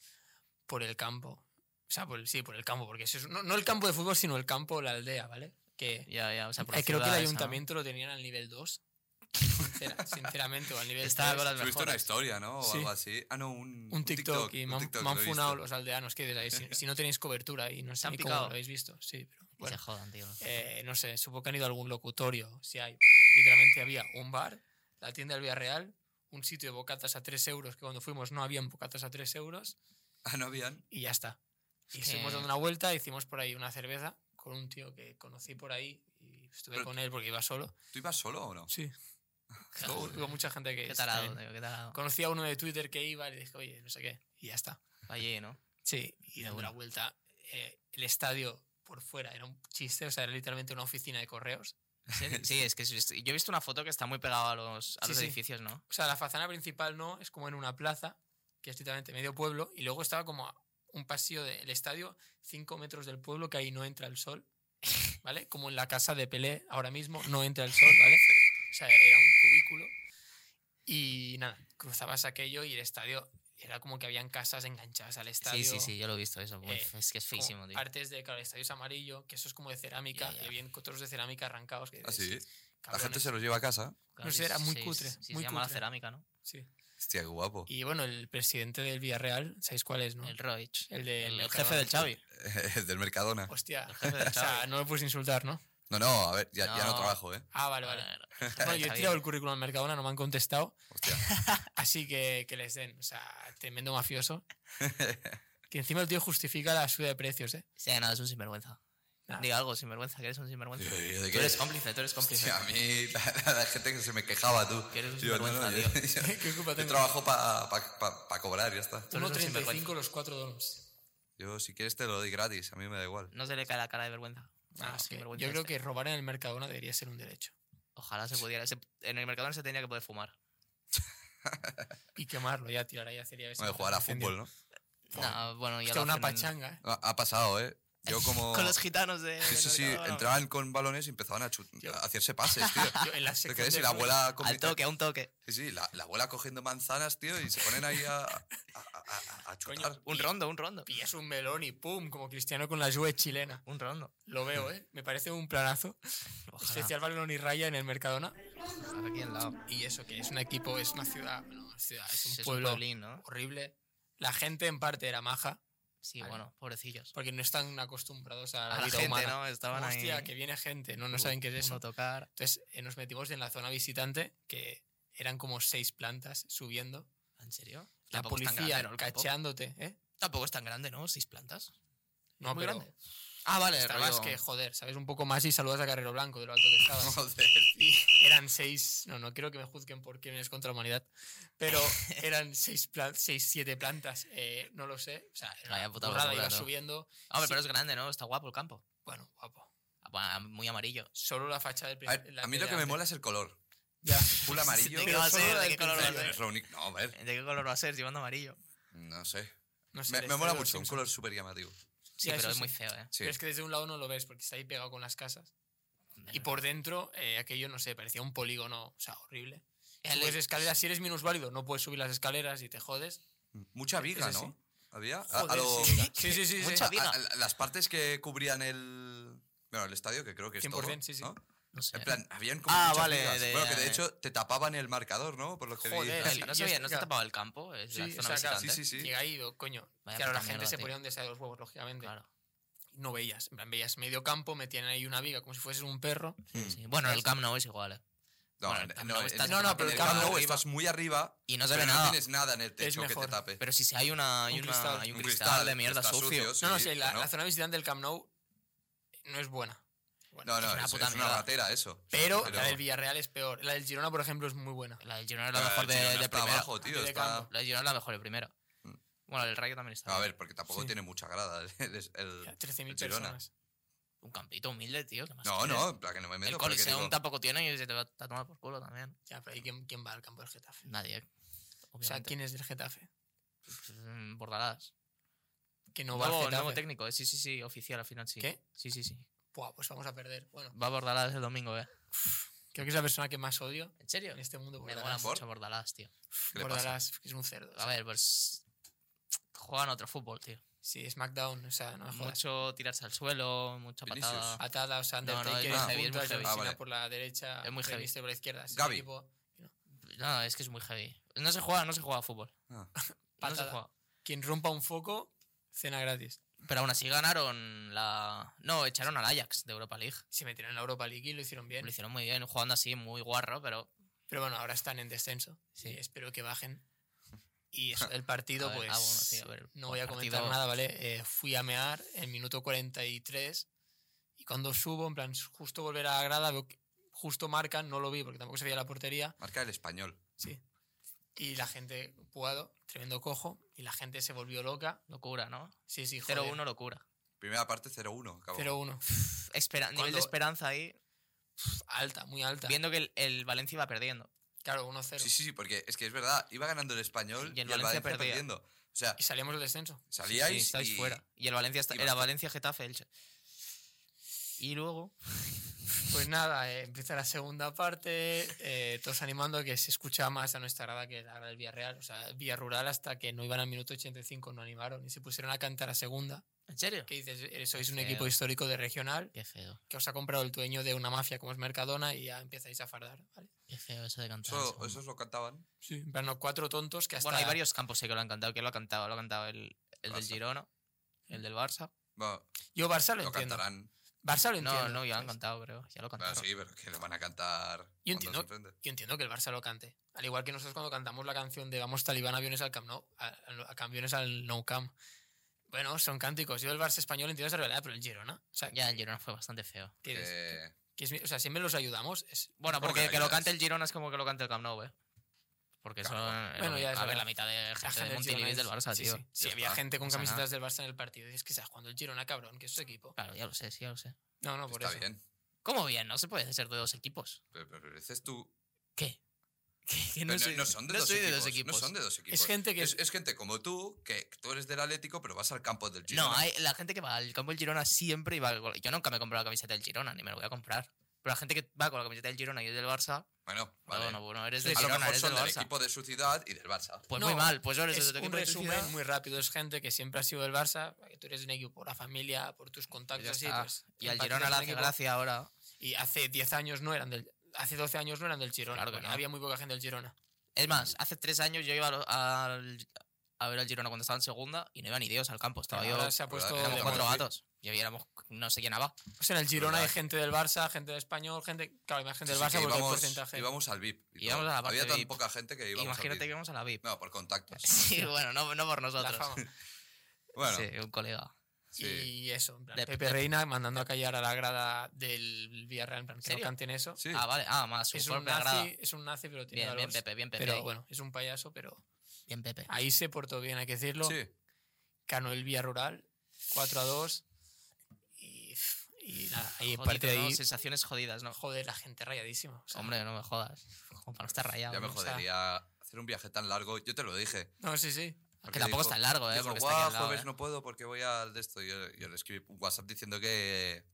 B: por el campo. O sea, por el- sí, por el campo, porque eso es- no, no el campo de fútbol, sino el campo, la aldea, ¿vale? Que
C: Ya, ya, o sea, por
B: eh, creo que el
C: ciudades, ¿no?
B: ayuntamiento lo tenían al nivel 2. sinceramente, o al nivel
C: Estaba
B: 3.
C: con las
D: Subiste una
C: mejoras.
D: historia, ¿no? O
B: Sí.
D: algo así. Ah, no, un,
B: un TikTok, y
D: un
B: me han,
D: TikTok,
B: me han
D: lo he visto.
B: funado los aldeanos que ahí. Si, si no tenéis cobertura y no sé
C: han
B: ni cómo
C: picado?
B: lo habéis visto. Sí, pero
C: Que
B: bueno.
C: se jodan, tío.
B: Eh, no sé, supongo que han ido a algún locutorio. Si hay. Literalmente había un bar, la tienda del Villarreal, un sitio de bocatas a 3 euros, que cuando fuimos no habían bocatas a 3 euros,
D: Ah, no habían.
B: y ya está. Y
C: que-
B: seguimos dando una vuelta, hicimos por ahí una cerveza con un tío que conocí por ahí y estuve
D: Pero-
B: con él porque iba solo.
D: ¿Tú ibas solo o no?
B: Sí. Hubo hubo mucha gente que.
C: Qué tarado, eh.
B: también-
C: tío, qué tarado.
B: Conocí a uno de Twitter que iba y le dije, oye, no sé qué. Y ya está.
C: Allí, ¿no?
B: Sí, y dando la vuelta, eh, el estadio por fuera era un chiste, o sea, era literalmente una oficina de correos.
C: ¿En serio? Sí, es que es- yo he visto una foto que está muy pegada a los, a
B: Sí,
C: los
B: sí.
C: edificios, ¿no?
B: O sea, la fazana principal no, es como en una plaza, que es literalmente medio pueblo, y luego estaba como a un pasillo del estadio, cinco metros del pueblo, que ahí no entra el sol, ¿vale? Como en la casa de Pelé ahora mismo, no entra el sol, ¿vale? O sea, era un cubículo. Y nada, cruzabas aquello y el estadio era como que habían casas enganchadas al estadio.
C: Sí, sí, sí, yo lo he visto eso.
B: Eh,
C: Uf, es que es
B: como
C: feísimo, tío.
B: Artes de, claro, el estadio es amarillo, que eso es como de cerámica,
C: Ya, ya.
B: y habían otros de cerámica arrancados. Que
D: Ah, sí.
B: dices,
D: La gente
B: "Cabrones".
D: se los lleva a casa.
B: no sé, era muy cutre,
C: Sí, se
B: muy
C: llama la
B: cutre.
C: cerámica, ¿no?
B: Sí.
D: Hostia, qué guapo.
B: Y bueno, el presidente del Villarreal, ¿sabéis cuál es, no?
C: El Roich.
B: El de-
C: el,
B: el este.
C: el jefe del Xavi.
D: El del Mercadona.
B: Hostia,
C: jefe del
B: o sea,
C: Xavi.
B: no me puedes insultar, ¿no?
D: No, no, a ver, ya ya no,
C: No.
D: trabajo, ¿eh?
B: Ah, vale, vale.
C: El jefe
B: Bueno,
C: del
B: yo he
C: Xavi.
B: tirado el currículum al Mercadona, no me han contestado,
D: Hostia.
B: así que que les den, o sea, tremendo mafioso. Que encima el tío justifica la subida de precios, ¿eh?
C: Sí, nada, es un sinvergüenza.
B: Nada.
C: Diga algo, sinvergüenza, que eres un sinvergüenza.
D: Tío, ¿yo de
C: tú
D: qué?
C: eres cómplice, tú eres cómplice.
D: Hostia, a mí, la, la- la gente que se me quejaba, tú.
C: Que eres un
D: Yo, no, no,
C: sinvergüenza,
D: yo- yo-
B: ¿Qué culpa
D: yo
B: tengo?
D: trabajo para cobrar, ya está.
C: Tú eres un
B: 1.35
C: sinvergüenza.
B: los 4 dólares.
D: Yo, si quieres, te lo doy gratis, a mí me da igual.
C: No se le cae la cara de vergüenza.
B: Ah,
C: Ah,
B: es que yo
C: sinvergüenza
B: creo
C: este.
B: que robar en el Mercadona debería ser un derecho.
C: Ojalá se pudiera. se- en el mercado no se tenía que poder fumar.
B: y quemarlo, ya tirar ya sería eso.
D: Bueno, jugar a fútbol, ¿no?
C: No, bueno, ya
B: Esto
C: lo
B: es una
C: hacen en-
B: pachanga.
D: Ha, ha pasado, ¿eh? Yo como...
C: Con los gitanos de.
D: Sí, sí, sí.
C: del mercado,
D: Entraban con balones y empezaban a, chu-
B: Yo-
D: a hacerse pases, tío.
B: Yo en la
D: ¿Te
B: sección
D: crees?
B: de
D: Y la
B: fútbol-
D: abuela...
C: Al
D: comiendo-
C: toque, a un toque.
D: Sí, sí, la, la abuela cogiendo manzanas, tío, y se ponen ahí a, a, a- a- a
B: Coño.
D: chutar.
C: Un rondo, un rondo.
B: pillas un melón y pum, como Cristiano con la Juve chilena.
C: Un rondo.
B: Lo veo, ¿eh? Me parece un planazo. Especial balón y raya en el Mercadona.
C: Ojalá Aquí al lado.
B: Y eso, que es un equipo, es una ciudad, bueno, una ciudad, es un
C: Es un
B: pueblo
C: pueblín, ¿no?
B: horrible. La gente en parte era maja,
C: Sí,
B: Vale.
C: bueno, pobrecillos.
B: porque no están acostumbrados a la,
C: A la
B: vida
C: gente,
B: humana.
C: ¿no? Estaban ahí. Uh,
B: Hostia, que viene gente, no, no saben qué es
C: uno
B: eso.
C: tocar.
B: Entonces eh, nos metimos en la zona visitante, que eran como seis plantas subiendo.
C: ¿En serio?
B: La
C: Tampoco es tan grande,
B: policía
C: ¿no? El campo.
B: cacheándote, ¿eh?
C: Tampoco es tan grande, ¿no? Seis plantas.
B: No,
C: muy
B: pero
C: grande. Ah, vale.
B: estabas
C: rollo-
B: que, joder, sabes un poco más y saludas a Carrero Blanco de lo alto que estabas.
D: Joder.
B: Y eran seis, no, no quiero que me juzguen por crímenes contra la humanidad, pero eran seis, plan- seis siete plantas, eh, no lo sé. O sea, era
C: Vaya
B: una
C: puta
B: burrada,
C: locura,
B: iba
C: ¿no?
B: subiendo.
C: Ah, hombre,
B: sí.
C: pero es grande, ¿no? Está guapo el campo.
B: Bueno, guapo.
C: Ah, pa- Muy amarillo.
B: Solo la fachada del
D: A,
B: primer.
D: ver,
B: la
D: a mí lo
B: de
D: que me
B: antes.
D: mola es el color.
B: Ya.
D: Full amarillo.
C: ¿De qué va a
B: Solo
C: ser?
B: la
C: ¿De
B: del
C: qué color va a
B: pincel.
D: Es
C: ser?
D: lo único- No, a ver.
C: ¿De qué color va a ser? Llevando amarillo.
D: No sé.
B: No sé,
D: Me,
B: la
D: me
B: historia Pues de este los
D: mola mucho, un
B: Simpsons.
D: color súper llamativo.
C: Sí,
B: Ya,
C: pero
B: eso
C: es muy
B: sí.
C: feo, ¿eh?
D: Sí.
B: Pero es que desde un lado no lo ves porque está ahí pegado con las casas. Y por dentro, eh, aquello, no sé, parecía un polígono, o sea, horrible.
C: El-
B: Subes escaleras, si eres minusválido, no puedes subir las escaleras y te jodes.
D: Mucha viga,
B: Ese sí.
D: ¿no? Había. A- A,
B: Joder,
D: lo-
B: sí, sí, sí, sí, sí.
C: Mucha viga.
D: a- a- las partes que cubrían el. Bueno, el estadio, que creo que es todo.
B: 100%, sí, sí.
D: ¿no?
C: No sé.
D: En plan, habían como.
C: Ah,
D: muchas
C: vale,
D: vigas.
C: de-
D: bueno, que de
C: eh.
D: hecho te tapaban el marcador, ¿no? Por lo que vi.
B: Joder,
C: El- no
B: y
C: sabía,
B: es-
C: no se
B: claro.
C: tapaba el campo. Es la
B: Sí,
C: zona
B: o sea, claro.
C: visitante.
D: Sí, sí, sí.
B: Llega ahí, do- coño.
C: Vaya
B: claro, la
C: puta
B: gente
C: mierda,
B: se
C: tío.
B: ponía un deseo de los huevos, lógicamente.
C: Claro.
B: No veías. En plan, veías medio campo, metían ahí una viga como si fueses un perro.
D: Mm.
C: Sí. Bueno, el Camp Nou es igual, ¿eh?
D: No,
C: Bueno,
D: en-
C: el Camp
D: no,
C: Nou
D: en-
C: está-
D: en-
B: No, no,
D: en
B: pero
D: el
B: el
D: Camp
B: Camp
D: Nou
B: Nou
D: estás muy arriba.
C: Y no se ve
D: Pero no
C: nada.
D: tienes nada en el techo que te
B: mejor.
D: tape.
C: Pero si sí hay una, hay
B: Un
C: una-
B: cristal.
C: hay un
D: Un
C: cristal,
D: cristal
C: de mierda
D: está
C: sucio.
D: sucio, sí.
B: no, no sé, la,
D: bueno.
B: la zona visitante del Camp Nou eh, no es buena. Bueno,
D: No, no,
C: Es una
D: es,
C: puta
D: es una
C: mierda.
D: ratera eso.
B: Pero,
D: Pero-
B: la del Villarreal es peor. La del Girona, por ejemplo, es muy buena.
C: La del Girona es
D: Pero
C: la mejor
D: el
C: de,
D: Girona
C: de
D: está
C: primera.
D: abajo, tío,
B: de
D: está-
B: campo.
C: La del Girona es la mejor de primera.
D: Mm.
C: Bueno, el Rayo también está.
D: A
C: bien.
D: ver, porque tampoco
B: Sí.
D: tiene mucha grada. ¿eh? el- el- el-
B: Ya, 13.000
D: el Girona.
B: personas.
C: Un campito humilde, tío. ¿qué más
D: No,
C: quieres?
D: no, en plan que no me meto.
C: El
D: porque
C: Coliseum
D: digo,
C: tampoco tiene y se te va a tomar por culo también.
B: Ya, pero ¿y quién, quién va al campo del Getafe?
C: Nadie.
B: O sea,
C: Obviamente.
B: ¿quién es del Getafe?
C: Mm, Bordalás.
B: Que no va al
C: Nuevo,
B: Getafe.
C: nuevo técnico, eh, sí, sí, sí, oficial al final, sí.
B: ¿Qué?
C: Sí, sí, sí.
B: Buah, pues vamos a perder. Bueno,
C: Va a Bordalás el domingo, ¿eh?
B: creo que es la persona que más odio
C: ¿En serio?
B: en este mundo.
C: Me mola
B: Bordalás.
D: ¿Por?
C: mucho Bordalás, tío.
D: ¿qué le pasa?
B: Bordalás, que es un cerdo.
C: A ver, pues. Juegan otro fútbol, tío.
B: Sí, SmackDown, o sea, no me jodas.
C: Mucho tirarse al suelo, mucha
D: Vinicius.
C: patada.
B: Atada, o sea,
C: No, no,
B: Undertaker
C: es muy
B: es
C: heavy, es muy
B: punta,
C: heavy.
B: John
D: Ah,
B: Cena
D: vale.
B: por la derecha,
C: Es muy
B: Rey
C: heavy.
B: Mysterio por la izquierda. Es un
D: Gaby.
B: equipo-
C: No, es que es muy heavy. No se juega, no se juega a fútbol.
D: Ah.
C: No se
B: Patada.
C: juega.
B: Quien rompa un foco, cena gratis.
C: Pero aún así ganaron la. No, echaron al Ajax de Europa League.
B: Se metieron en la Europa League y lo hicieron bien.
C: Lo hicieron muy bien, jugando así, muy guarro, pero.
B: Pero bueno, ahora están en descenso.
C: Sí.
B: Y espero que bajen. Y eso del partido,
C: A ver,
B: pues.
C: ah, bueno, sí, a ver,
B: no voy a comentar
C: partido-
B: nada, ¿vale? Eh, fui a mear en minuto 43. Y cuando subo, en plan, justo volver a la grada, veo que justo marcan, no lo vi porque tampoco se veía la portería.
D: Marca el español.
B: Sí. Y la gente, puado, tremendo cojo. Y la gente se volvió loca.
C: Locura, ¿no?
B: Sí, sí, joder.
C: 0-1, locura.
D: Primera parte 0-1. acabó.
B: 0-1.
C: Espera, Nivel
B: Cuando-
C: de esperanza ahí,
B: Pf, Alta, muy alta.
C: viendo que el, el Valencia iba perdiendo.
B: Claro, 1-0.
D: Sí, sí, sí, porque es que es verdad. Iba ganando el español y el, Valencia,
C: perdía.
D: perdiendo. O sea,
B: Y salíamos del descenso.
C: Sí,
D: salíais
C: estáis
D: y...
C: fuera. Y el Valencia está-
D: y
C: era
D: basta.
C: Valencia Getafe Elche. Y luego.
B: Pues nada, eh, empieza la segunda parte, eh, todos animando a que se escuchaba más a nuestra grada que la grada del Villarreal, o sea, Vía Rural hasta que no iban al minuto 85, no animaron y se pusieron a cantar a segunda.
C: ¿En serio?
B: Que dices, eh, sois un
C: Feo.
B: equipo histórico de regional
C: Qué feo.
B: que os ha comprado el dueño de una mafia como es Mercadona y ya empezáis a fardar, ¿vale?
C: Qué feo eso de cantar. en
D: Eso,
C: segundo.
D: esos lo cantaban.
B: Sí. En plan, no, cuatro tontos que hasta...
C: Bueno, hay varios campos sé que lo han cantado. ¿Quién lo ha cantado? Lo ha cantado el, el del
D: Barça.
C: Girona, el del Barça.
D: Bueno,
B: Yo Barça lo,
D: lo
B: entiendo.
D: cantarán.
B: Barça lo entiendo.
C: No, no, ya lo
B: ¿sabes?
C: han cantado, creo. Ya lo
D: Bueno,
C: cantaron.
D: Ah, sí, pero que lo van a cantar.
B: Yo
D: cuando se
B: entiendo-
D: enfrenten.
B: Yo entiendo que el Barça lo cante. Al igual que nosotros cuando cantamos la canción de Vamos talibán aviones al Camp Nou, a, a- a camiones al No Camp. Bueno, son cánticos. Yo el Barça español entiendo esa realidad, pero el Girona. O sea,
C: Ya, el Girona fue bastante feo.
B: que es-
D: Eh,
B: que es mi- o sea, siempre los ayudamos. es-
C: Bueno,
D: ¿Cómo
C: porque
D: que
C: que lo
D: ayudas?
C: cante el Girona es como que lo cante el Camp Nou, ¿eh? Porque eso...
D: Claro.
B: Bueno, ya es
C: a ver,
B: verdad.
C: la mitad de
B: la
C: gente de
B: del
C: Montilivi es del
B: Girona es-
C: Barça,
B: sí,
C: tío.
B: Sí, Sí,
D: Ya
B: había
D: está,
B: gente con
C: pasa nada. Pues
B: camisetas del Barça en el partido. Dices que estás jugando el Girona, cabrón, que es su equipo.
C: Claro, ya lo sé, sí, ya lo sé.
B: No, no, por
D: está
B: eso.
D: bien.
C: ¿Cómo bien? No se puede ser de dos equipos.
D: Pero, pero dices tú
C: ¿Qué? que- que
D: Pero
C: no,
D: no,
C: soy,
D: no son de
C: no
D: dos
C: soy
D: equipos,
C: de dos equipos.
D: No son de dos equipos.
B: gente que-
D: Es, es gente como tú, que tú eres del Atlético, pero vas al campo del Girona.
C: No, hay la gente que va al campo del Girona siempre y va con- Yo nunca me he comprado la camiseta del Girona, ni me la voy a comprar. Pero la gente que va con la camiseta del Girona y yo del Barça,
D: Bueno,
C: no,
D: vale.
C: no, no, eres
B: Sí,
C: del
D: a lo
C: Girona,
D: mejor
C: eres del
D: son del
C: Barça.
D: equipo de su ciudad y del Barça.
C: Pues
B: No,
C: muy mal, pues yo eres
B: Es
C: del
B: un
C: equipo de tu ciudad.
B: resumen muy rápido. Es gente que siempre ha sido del Barça. que Tú eres de un equipo por la familia, por tus
C: Y ya
B: contactos. así,
C: está.
B: pues,
C: y al
B: empatizas con
C: Girona le
B: el
C: hace
B: equipo.
C: gracia ahora.
B: Y hace 10 años no eran del. Hace 12 años no eran del Girona.
C: Claro que
B: Bueno,
C: no.
B: Había muy poca gente del Girona.
C: Es más, hace tres años yo iba a lo- al- a ver al Girona cuando estaba en segunda y no iba ni Dios al campo. Estaba yo. pues,
B: Ahora se ha puesto.
D: éramos
C: Éramos
B: de
C: cuatro
B: moda.
C: gatos. Y éramos, no se llenaba.
B: O sea, en el Girona
D: Verdad.
B: hay gente del Barça, gente del español, gente. Claro, hay más gente
D: Sí,
B: del
D: sí,
B: Barça
D: que
B: porque el
D: íbamos,
B: porcentaje.
D: íbamos al VIP. y
C: Íbamos
D: todo.
C: a la parte
D: Había tan
C: VIP.
D: poca gente que íbamos
C: Imagínate que
D: al VIP.
C: íbamos a la VIP.
D: No, por contactos.
C: Sí, bueno, no, no por
B: la
C: nosotros.
B: fama.
D: Bueno,
C: Sí, un colega.
D: sí.
B: Y eso. en plan,
C: De-
B: Pepe
C: de-
B: Reina mandando a callar a la grada del Villarreal. En plan, que no
C: ¿Serio?
B: canten eso.
D: Sí.
C: Ah, vale. Ah, más su
B: Es un,
C: propia grada.
B: nazi, es un nazi, pero tiene
C: Bien, bien,
B: valores.
C: Pepe, bien, Pepe.
B: Pero
C: ahí.
B: bueno, es un payaso, pero
C: Bien, Pepe.
B: ahí se portó bien, hay que decirlo.
D: sí.
B: Ganó el Vía Rural, 4 a 2. Y, y nada, ahí
C: Jodido,
B: parte de
C: ¿no?
B: ahí.
C: Sensaciones jodidas, ¿no?
B: Ah, Joder, la gente rayadísima. o sea,
C: Hombre, no me jodas. Como para no estar rayado.
D: Ya me
C: ¿no?
B: sea-
D: jodería hacer un viaje tan largo. Yo te lo dije.
B: No, sí, sí.
C: Que
D: porque
C: tampoco
D: dijo-
C: es tan largo, ¿eh?
D: Dijo,
C: porque está aquí
D: "Guau,
C: al lado, ¿eh?
D: jueves pues, no puedo porque voy al de esto. Yo, yo le escribí un WhatsApp diciendo que.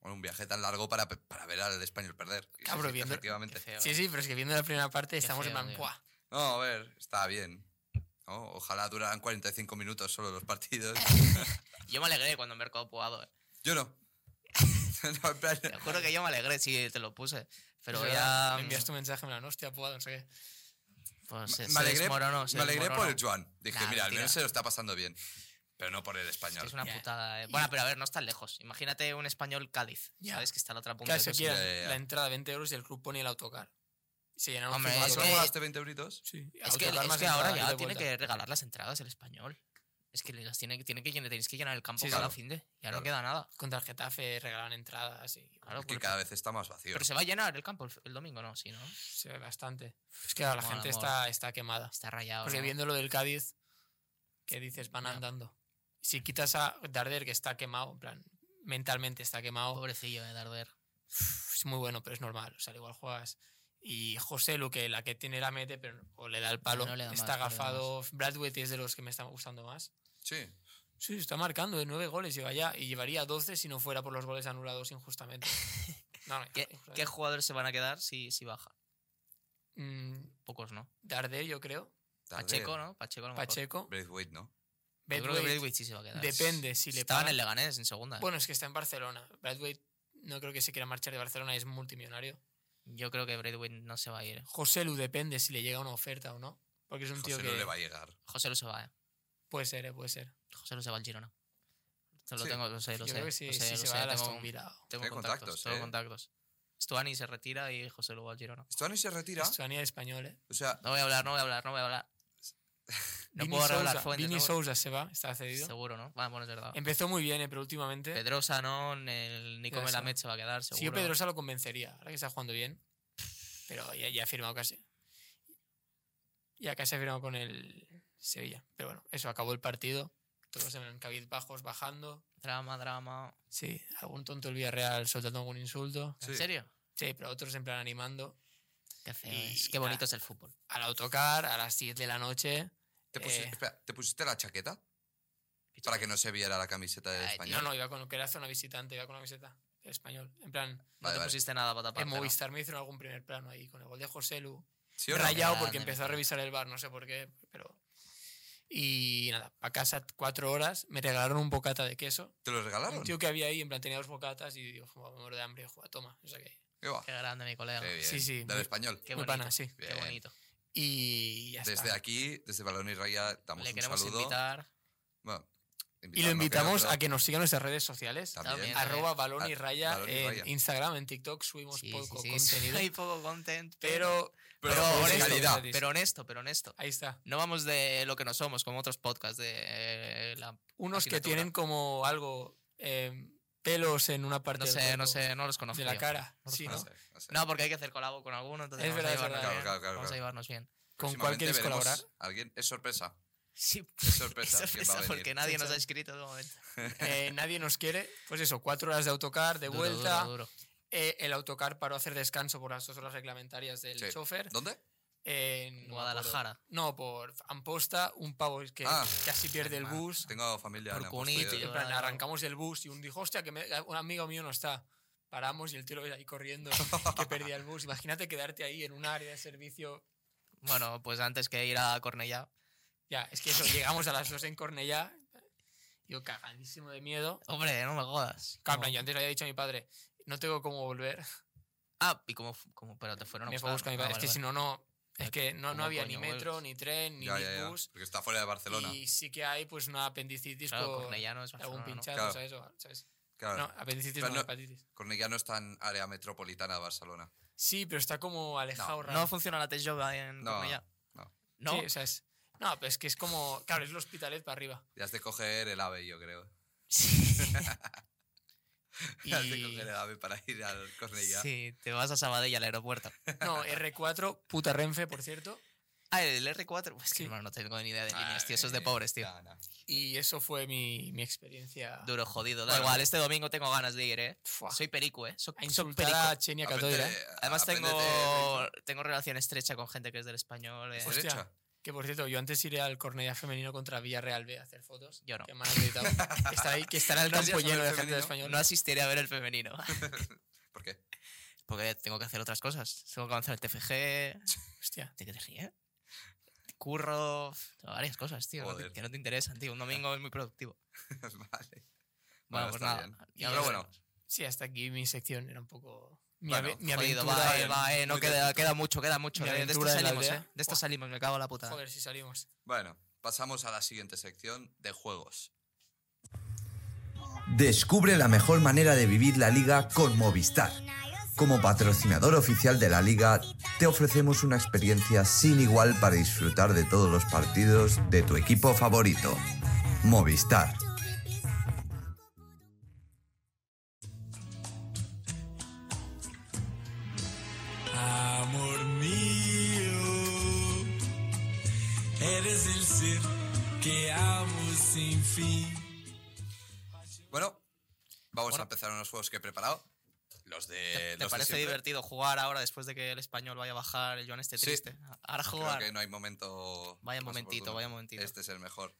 D: Bueno, un viaje tan largo para, pe- para ver al español perder. Y sí,
B: Cabrón,
D: sí,
B: viendo-
D: Efectivamente.
C: Qué feo,
B: Sí,
C: ¿eh?
B: sí, pero es que viendo la primera parte estamos
C: feo,
B: en plan,
C: tío.
B: "Buah".
D: No, a ver, está bien. ¿no? Ojalá duraran 45 minutos solo los partidos.
C: Yo me alegré cuando Mercado Puado. ¿eh?
D: Yo no. No, en plan-
C: Te juro que yo me alegré si te lo puse. Pero
B: Es verdad,
C: ya. mm,
B: Me envías tu mensaje, me la hostia, puado, no sé qué.
C: Pues se,
D: me alegré,
C: desmoronó. se
D: me alegré por
C: desmoronó.
D: el Joan. Dije,
C: Nah,
D: mira, al
C: mentira.
D: menos se lo está pasando bien. Pero no por el
C: Es que
D: español.
C: es una
B: Ya.
C: putada. ¿eh? Bueno, pero a ver, no es tan lejos. Imagínate un español Cádiz.
B: Ya.
C: ¿Sabes? Que está a la otra punta.
B: Claro,
C: de
B: se
C: Jesús.
B: quieran
D: ya, ya.
B: la entrada 20 euros y el club pone el autocar. Se llenaron
C: Hombre,
B: cinco
D: ¿Más
C: es
D: o
B: autocares.
C: que-
D: gastaste 20 este euritos?
B: Sí,
C: Es que,
B: autocar
C: es
B: más
C: que ahora
B: entrada, ida
C: ya
B: y
C: tiene
B: vuelta.
C: que regalar las entradas el español. Es que las tiene, tiene que, llenar- tenéis que llenar el campo
B: Sí,
C: cada
D: claro.
C: fin de. Ya
D: Claro.
C: no queda nada.
B: Contra el Getafe regalaban entradas y
C: Claro,
D: Que
C: por-
D: cada vez está más vacío.
C: pero se va a llenar el campo el, el domingo, ¿no? Sí, ¿no?
B: se ve bastante. Es que ahora la
C: Mola,
B: gente
C: mola.
B: está, está quemada.
C: Está rayado.
B: Porque
C: ¿no?
B: viendo lo del Cádiz, que dices, van
C: Ya.
B: andando. Si quitas a Darder, que está quemado, en plan, mentalmente está quemado,
C: Pobrecillo de Darder.
B: es muy bueno, pero es normal. O sea, al igual juegas. Y José Lu, que la que tiene la mete, pero o le da el palo,
C: no le da más,
B: está
C: no le da
B: agafado. Bradway es de los que me están gustando más.
D: Sí.
B: Sí, está marcando de nueve goles, lleva ya. Y llevaría 12 si no fuera por los goles anulados injustamente. No, no,
C: ¿Qué,
B: injustamente.
C: qué jugadores se van a quedar si, si baja?
B: Mm,
C: Pocos, ¿no?
B: Darder, yo creo.
D: Tarder.
C: Pacheco, ¿no? Pacheco, a lo mejor.
B: Pacheco.
D: Braithwaite, ¿no?
C: Yo creo que
B: Braithwaite.
C: Braithwaite sí se va a quedar.
B: Depende si le
C: Estaba en
B: pagan-
C: el Leganés en segunda. ¿eh?
B: Bueno, es que está en Barcelona. Bradway no creo que se quiera marchar de Barcelona, es multimillonario.
C: Yo creo que Braithwaite no se va a ir. ¿eh?
B: José Lu depende si le llega una oferta o no. Porque es un
D: José
B: tío
D: no
B: que.
D: le va a llegar.
C: José Lu se va, ¿eh?
B: Puede ser, eh, puede ser.
C: José Lu se va al Girona. Esto lo
D: Sí.
C: tengo, lo sé, lo
B: Yo
C: sé.
B: creo que sí,
C: lo sé,
B: sí
C: lo
B: se
C: sé,
B: va a
C: tengo-
B: Aston Villa.
C: Tengo contactos,
D: Hay contactos,
C: tengo
D: ¿eh?
C: contactos. Stuani se retira y José Lu va al Girona.
D: Stuani se retira.
B: Estuania español, eh.
D: O sea,
C: No voy a hablar, no voy a hablar, no voy a hablar. No
B: Vini
C: puedo revelar
B: Sousa-
C: fuentes,
B: Vini
C: no-
B: Sousa se va, está cedido.
C: Seguro, ¿no? Vamos, bueno, es verdad.
B: Empezó muy bien, eh, pero últimamente.
C: Pedrosa, ¿no? El Nico
B: Ya, sí.
C: Melamed se va a quedar, seguro.
B: Si yo Pedrosa lo convencería, ahora que está jugando bien. Pero ya, ya ha firmado casi. Ya casi ha firmado con el Sevilla. Pero bueno, eso acabó el partido. Todos en cabizbajos bajando.
C: Drama, drama.
B: Sí, algún tonto del Villarreal soltando algún insulto.
C: ¿En
D: Sí.
C: serio?
B: Sí, pero otros en plan animando.
C: Qué feo
B: Y-
C: es. Qué bonito
D: ah.
C: es el fútbol.
B: Al autocar, a las 10 de la noche.
D: ¿te, pusi-
B: Eh.
D: espera, ¿te pusiste la chaqueta? Para que no se viera la camiseta de
C: Ay,
D: español.
B: No, no, iba con que era zona visitante, iba con una visita de español. En plan,
C: No
D: Vale,
C: te
D: vale.
C: pusiste nada para tapar.
B: en Movistar me hicieron algún primer plano ahí con el gol de José Lu.
D: ¿Sí o no?
B: rayado
C: Grande,
B: porque empezó a
C: Miguel.
B: revisar el bar, no sé por qué, pero. Y nada, para casa cuatro horas, me regalaron un bocata de queso.
D: ¿Te lo
B: Un
D: regalaron?
B: tío que había ahí, en plan, tenía dos bocatas y digo, "Jo, me muero de hambre, juega, toma. O sea que,
D: Qué va.
C: Qué grande, mi colega.
D: Qué bien.
B: Sí, sí,
D: Del
B: muy-
D: español.
C: Qué
B: muy
C: bonito.
B: pana, sí.
C: Qué
D: Bien.
C: bonito.
B: Y ya
D: Desde
B: está.
D: aquí, desde Balón y Raya, damos
C: Le
D: un
C: queremos
D: saludo.
C: invitar.
D: Bueno,
B: Y lo invitamos a que nos sigan en nuestras redes sociales.
D: También.
C: También. eh,
B: Arroba balón y
D: Ah,
B: raya
D: Balón y
B: en
D: Raya.
B: Instagram, en TikTok subimos
C: Sí,
B: poco
C: sí, sí.
B: contenido.
C: Hay poco content.
B: Pero
D: Pero,
C: Pero
D: con
C: honesto,
D: calidad.
B: gratis.
C: Pero honesto, pero honesto.
B: ahí está.
C: No vamos de lo que no somos, como otros podcasts de eh, la...
B: Unos que
C: Asignatura.
B: tienen como algo, eh, pelos en una parte
C: No
B: del
C: sé, no
B: cuerpo,
C: sé, no los conozco.
B: de la
C: yo.
B: cara.
C: No
B: Sí,
C: los
B: ¿no?
D: No sé, no sé.
C: No, porque hay que hacer colabo con alguno, entonces
B: Es
C: vamos,
B: verdad, es
C: a llevarnos
B: verdad.
C: bien,
D: Claro, claro,
C: vamos a
D: claro.
C: llevarnos bien.
B: ¿Con cuál
D: Próximamente
B: quieres
D: veremos
B: colaborar?
D: a Alguien, es sorpresa.
C: Sí,
D: Es sorpresa.
C: sorpresa,
D: ¿quién va a venir?
C: porque nadie nos
B: Chacha.
C: ha escrito de momento.
B: Eh, nadie nos quiere. Pues eso, cuatro horas de autocar, de
C: Duro,
B: vuelta.
C: duro, duro.
B: Eh, el autocar paró a hacer descanso por las dos horas reglamentarias del
D: Sí.
B: chofer.
D: ¿Dónde?
B: eh, no me acuerdo.
C: Guadalajara.
B: No, por Amposta, un pavo que
D: Ah.
B: casi pierde el
C: Hermano,
B: bus.
D: Tengo familia
C: Por
D: en Amposta,
C: Cunito,
D: yo-
B: En
C: yo-
B: plan, arrancamos del bus y un dijo, hostia, que me- un amigo mío no está. Paramos y el tío lo veía ahí corriendo, que perdía el bus. Imagínate quedarte ahí en un área de servicio.
C: Bueno, pues antes que ir a Cornellá.
B: Ya, es que eso, llegamos a las dos en Cornellá. Yo cagadísimo de miedo.
C: Hombre, no me jodas.
B: Claro, en
C: Como-
B: plan, yo antes le había dicho a mi padre, no tengo cómo volver.
C: Ah, y como, como pero te fueron a
B: me
C: buscar.
B: fue a buscar mi
C: Ah,
B: padre. es
C: vale,
B: que "Este si
C: vale. Eh,
B: no, no. Es que no, no
C: ¿Cómo
B: había ni
C: coño
B: metro,
C: vuelves?
B: ni tren, ni
D: Ya, ya, ya.
B: bus.
D: Porque está fuera de Barcelona.
B: Y sí que hay pues una apendicitis
C: Claro,
B: por
C: Cornellá no es
B: algún
C: Barcelona, ¿no?
B: pinchado,
D: Claro.
B: ¿sabes? O- ¿sabes?
D: Claro.
B: No, apendicitis
D: Pero
B: no,
D: no-
B: hepatitis.
D: Cornellá no está en área metropolitana de Barcelona.
B: Sí, pero está como alejado raro.
C: No funciona la test yoga en
D: No,
C: Cornellá.
D: no.
C: No.
B: Sí, o sea, es- no, pero es que es como. Claro, es el hospitalet para arriba.
D: Ya has de coger el AVE, yo creo.
B: Y,
D: Ya has de coger el AVE para ir al Cornellá.
C: Sí, te vas a Sabadell al aeropuerto.
B: no, R4, puta Renfe, por cierto.
C: Ah, el R4. Es que
B: Sí.
C: hermano, no tengo ni idea de
D: Ay,
C: líneas, tío. Eso es de pobres, tío.
D: nah, nah.
B: Y eso fue mi, mi experiencia.
C: Duro, jodido. Da
B: Bueno.
C: igual, este domingo tengo ganas de ir, ¿eh?
B: Fua,
C: Soy perico, ¿eh? So-
B: A
C: soy
B: insultar
C: perico.
B: a Chenia Catoira.
D: Apréndete-
C: ¿eh? Además tengo, Eh,
D: apréndete-
C: tengo relación estrecha con gente que es del español. eh.
B: Hostia.
D: derecha.
B: Que por cierto, yo antes iré al Cornellá Femenino contra Villarreal B a hacer fotos.
C: Yo no.
B: Que me han acreditado. Que está ahí, que estará el
C: No seas
B: campo lleno de
D: femenino,
B: gente de español.
C: No asistiré a ver el femenino.
D: ¿Por qué?
C: Porque tengo que hacer otras cosas. Tengo que avanzar el TFG.
B: Hostia.
C: ¿De qué te ríes? Curro. Varias cosas, tío. no te-
D: Joder.
C: que no te interesan, tío. Un domingo es muy productivo.
D: vale.
C: Bueno,
D: Bueno,
C: pues
D: está
C: nada.
D: bien.
C: ya
D: Pero
C: veremos.
D: bueno,
B: Sí, hasta aquí mi sección era un poco. Mi,
D: Bueno,
B: ave- mi
C: Jodido,
B: aventura.
C: va, eh,
B: en-
C: va, eh, No
D: muy
C: queda,
D: cortito.
C: queda mucho, queda mucho.
B: Mi
C: eh, De esto
B: aventura en la
C: salimos,
B: aldea.
C: eh. De esto
B: Buah.
C: salimos, me cago en la puta.
B: Joder, si salimos.
D: Bueno, pasamos a la siguiente sección de juegos.
A: Descubre la mejor manera de vivir la liga con Movistar. Como patrocinador oficial de la liga, te ofrecemos una experiencia sin igual para disfrutar de todos los partidos de tu equipo favorito. Movistar.
F: Amor mío, eres el ser que amo sin fin.
D: Bueno, vamos
C: Bueno.
D: a empezar unos juegos que he preparado. Los de.
C: ¿Te, te
D: los de
C: parece
D: siempre.
C: divertido jugar ahora después de que el español vaya a bajar el Joan este
D: Sí.
C: triste? Ahora
D: Creo
C: jugar.
D: que no hay momento.
C: Vaya
D: más
C: momentito,
D: oportuno.
C: vaya momentito.
D: Este es el mejor.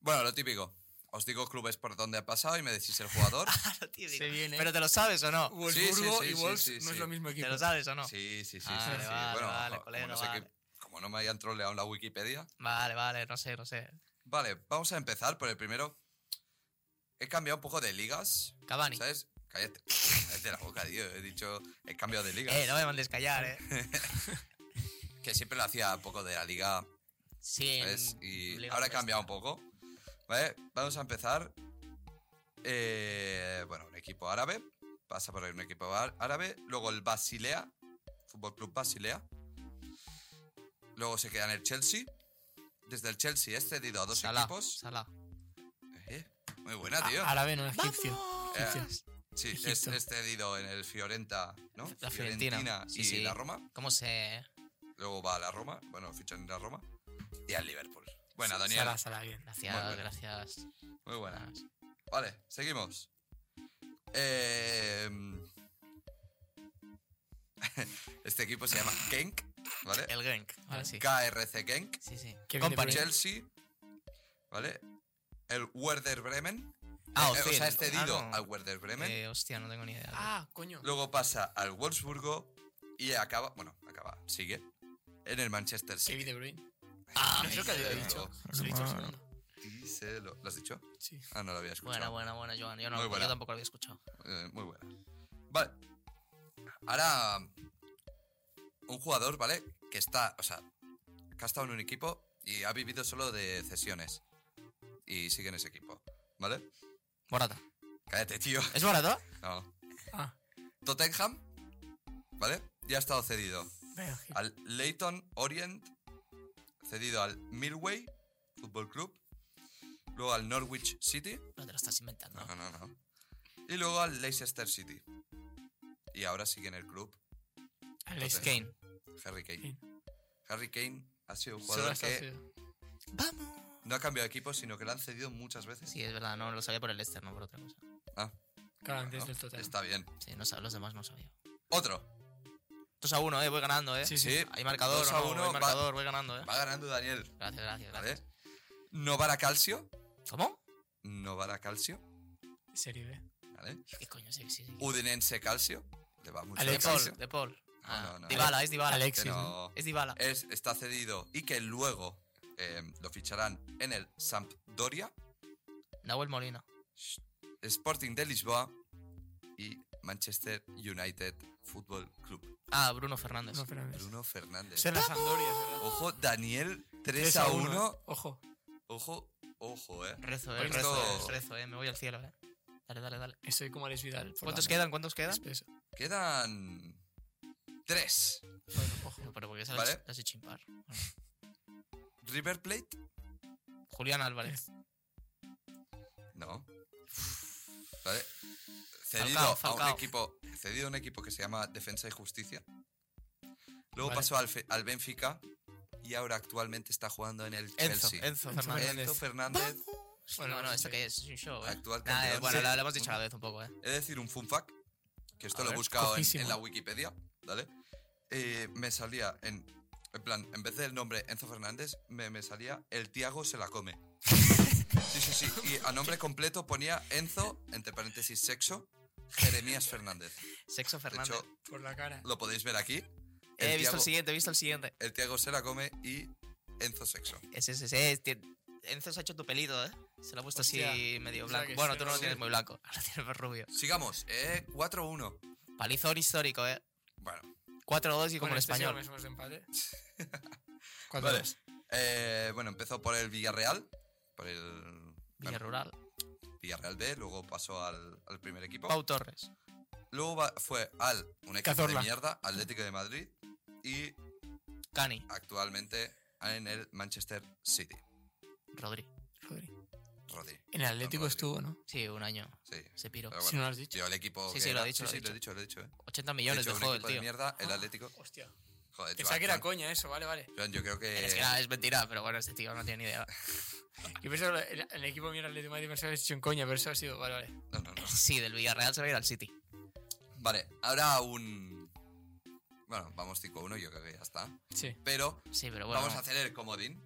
D: Bueno, lo típico. Os digo clubes por donde ha pasado y me decís el jugador.
C: Lo típico.
B: Se viene.
C: Pero te lo sabes o no?
D: Sí, sí,
B: Wolfsburgo
D: sí,
B: y
D: sí,
B: Wolves
D: sí,
B: no es
D: sí.
B: lo mismo equipo.
C: ¿Te lo sabes o no? Ah,
D: Sí, sí, sí.
C: Vale,
D: sí, sí.
C: vale,
D: bueno,
C: vale,
D: ojo, como,
C: colega,
D: no sé qué-
C: vale.
D: como no me hayan troleado en la Wikipedia.
C: Vale, vale, no sé, no sé.
D: Vale, vamos a empezar por el primero. He cambiado un poco de ligas.
C: Cavani.
D: ¿Sabes? Cállate. Cállate la boca, tío. He dicho, he cambiado de ligas.
C: Eh, no me mandes callar, eh.
D: Que siempre lo hacía un poco de la liga
C: Sí. en
D: ¿Ves? Y
C: Liga
D: ahora he
C: Nuestra.
D: cambiado un poco. ¿Vale? Vamos a empezar. Eh, bueno, un equipo árabe. Pasa por ahí un equipo ar- árabe. Luego el Basilea. Fútbol Club Basilea. Luego se queda en el Chelsea. Desde el Chelsea he cedido a dos
C: Salah, Ah,
D: equipos.
C: Salah.
D: Eh, muy buena, tío.
B: A- Árabe no egipcio.
D: Eh,
B: Egipcios.
D: sí, he
B: Egipto.
D: he cedido en el Fiorenta, ¿no?
C: La Fiorentina, sí,
D: y
C: sí.
D: la Roma.
C: ¿Cómo se...?
D: Luego va a la Roma. Bueno, fichan en la Roma. Y al Liverpool. Buena, Daniel.
B: Sala, sala, bien.
D: Muy
C: Gracias,
D: buena.
C: gracias. Ah,
D: Muy buena.
C: Buenas.
D: Vale, seguimos. Eh, este equipo se llama Genk, ¿vale?
C: El Genk. Ahora sí.
D: KRC Genk.
C: Sí, sí.
B: Qué bien de
C: Company.
B: Bruyne.
D: Chelsea, ¿vale? El Werder Bremen.
C: Ah,
D: Eh, eh, o sea,
C: Ozil.
D: es cedido
C: Ah, no.
D: al Werder Bremen.
C: Eh, hostia, no tengo ni idea.
B: Ah, coño.
D: Luego pasa al Wolfsburgo y acaba, bueno, acaba, sigue en el Manchester
B: Kevin
D: City.
B: De Bruyne.
C: Ah,
B: No es lo que había
D: Díselo,
B: dicho. Se lo he dicho al segundo.
D: díselo. ¿Lo has dicho?
B: Sí.
D: Ah, no lo había escuchado.
C: Buena, buena, buena, Joan. Yo, no,
D: Muy
C: yo
D: buena.
C: tampoco lo había escuchado.
D: Eh, muy buena. Vale. Ahora, un jugador, ¿vale? Que está, o sea, que ha estado en un equipo y ha vivido solo de cesiones. Y sigue en ese equipo, ¿vale?
C: Morata.
D: Cállate, tío.
C: ¿Es Morata?
D: No.
B: Ah,
D: Tottenham, ¿vale? Ya ha estado cedido
B: venga, Egipto.
D: al Leyton Orient, cedido al Millway Fútbol Club, luego al Norwich City,
C: No te lo estás inventando.
D: No, no, no. Y luego al Leicester City. Y ahora sigue en el club
B: Alex
D: Tottenham.
C: Kane.
D: Harry Kane.
B: Kane.
D: Harry Kane ha sido un
B: Solo
D: jugador
B: hasta
D: que
B: cedido.
C: ¡Vamos!
D: no ha cambiado de equipo, sino que lo han cedido muchas veces.
C: Sí, es verdad, no lo sabía por el Leicester, no por otra cosa.
D: Ah,
B: Claro, antes
D: no,
B: del total.
D: Está bien.
C: Sí, no, sab- los demás no sabía.
D: Otro.
C: 2 a 1, eh, voy ganando, eh.
B: Sí, sí.
C: Hay marcador,
D: 2 a
C: ¿o no?
D: uno,
C: Hay
D: va-
C: marcador, voy ganando, eh.
D: Va ganando Daniel,
C: Gracias, gracias,
D: ¿vale?
C: gracias.
D: Novara Calcio.
C: ¿Cómo?
D: Novara Calcio,
B: Serie B.
D: ¿vale?
C: ¿Qué coño sí, sí, sí.
D: Uh, Udinense Calcio. Le va mucho
C: de
B: Alexis.
D: al Calcio.
C: Paul, de Paul. Ah,
D: no, no.
C: Dybala, es Dybala.
B: Alexis.
D: Que no-
C: Es Dybala.
D: es, está cedido y que luego eh, lo ficharán en el Sampdoria,
C: Nahuel Molina.
D: Sporting de Lisboa y Manchester United Football Club.
C: Ah, Bruno Fernández.
B: No, espérame.
D: Bruno Fernández.
B: Será Sampdoria, será.
D: Ojo, Daniel, 3,
B: Tres
D: a 1.
B: uno, eh. Ojo.
D: Ojo, ojo, eh.
C: Rezo, eh,
D: Por
C: rezo,
D: esto-
C: eh, rezo, eh. Me voy al cielo, eh. Dale, dale, dale.
B: Estoy como Alex Vidal. por
C: ¿Cuántos
B: la- pues,
C: quedan? ¿Cuántos quedan?
B: Espeso.
D: Quedan 3.
B: Bueno, ojo.
C: Pero, pero porque
D: Vale.
C: sales así chimpar.
D: River Plate.
C: Julián Álvarez.
D: No. Vale. Cedido a un
C: Falcao.
D: equipo. Cedido a un equipo que se llama Defensa y Justicia. Luego
B: Vale.
D: pasó al, Fe- al Benfica. Y ahora actualmente está jugando en el
C: Enzo,
D: Chelsea.
C: Enzo
B: Enzo
C: Fernández.
D: Enzo Fernández,
B: Bueno,
C: no, no,
B: sí,
C: ¿esto
B: sí.
C: qué es? Es un show, eh.
D: actual
C: Nah, eh,
D: campeón.
C: bueno,
D: Sí.
C: lo, lo hemos dicho a la vez un poco, eh.
D: He de decir un fun fact, que esto
C: A
D: lo he
C: ver,
D: buscado en- en,
B: cojísimo.
D: la Wikipedia, ¿vale? Eh, me salía en. En plan, en vez del nombre Enzo Fernández, me, me salía El Tiago se la come. Sí, sí, sí. Y a nombre completo ponía Enzo, entre paréntesis, sexo, Jeremías Fernández.
C: Sexo
D: De
C: Fernández.
D: hecho,
B: Por la cara.
D: lo podéis ver aquí.
C: Eh, he
D: El
C: visto el
D: Tiago
C: siguiente, he visto el siguiente.
D: el Tiago se la come y Enzo sexo.
C: Ese, ese, ese. es- tien- Enzo se ha hecho tu pelito, eh. Se lo ha puesto así
B: Hostia.
C: medio
B: O sea,
C: blanco.
B: que
C: Bueno,
B: sí,
C: tú no lo
B: sí.
C: tienes muy blanco. Ahora tienes más rubio.
D: Sigamos, eh, 4-1.
C: Palizón histórico, eh.
D: Bueno,
C: 4-2 y
B: Con
C: como el
B: este sí,
C: español.
B: hombre, somos de empate.
D: vale.
B: Cuatro.
D: Eh, bueno, empezó por el Villarreal, por el.
C: Villa Rural.
D: Villarreal B, luego pasó al, al primer equipo.
C: Pau Torres.
D: Luego va- fue al un equipo
B: Cazorla.
D: de mierda, Atlético de Madrid, y
C: Cani.
D: actualmente en el Manchester City.
C: Rodri.
B: Rodri.
D: Rodri,
B: En el Atlético
D: Rodri.
B: estuvo, ¿no?
C: Sí, un año.
D: sí.
C: Se piró.
D: Pero
B: Si
D: bueno,
B: no lo has dicho.
D: yo el equipo.
C: Sí,
D: que
C: sí, lo
D: era-
C: he dicho, lo he
D: sí, lo he
C: dicho.
D: dicho, lo he dicho, eh. He
C: 80 millones
D: dicho
C: de
D: un
C: juego el
D: equipo de
C: tío. Ah.
D: mierda, el Atlético.
B: Hostia.
D: Joder, tú,
B: Pensaba que era
D: Juan.
B: coña eso, vale, vale.
D: Juan, yo creo que.
C: Es que nada, es mentira, pero bueno, este tío no tiene ni idea.
B: Yo pensaba que el, el equipo mío era Atlético de Madrid pensaba que habías dicho en coña, pero eso ha sido. Vale, vale.
D: No, no, no.
C: Sí, del Villarreal se va a ir al City.
D: Vale, ahora un. Bueno, vamos 5-1, yo creo que ya está.
B: Sí.
D: Pero
C: Sí, pero bueno.
D: vamos a hacer el comodín.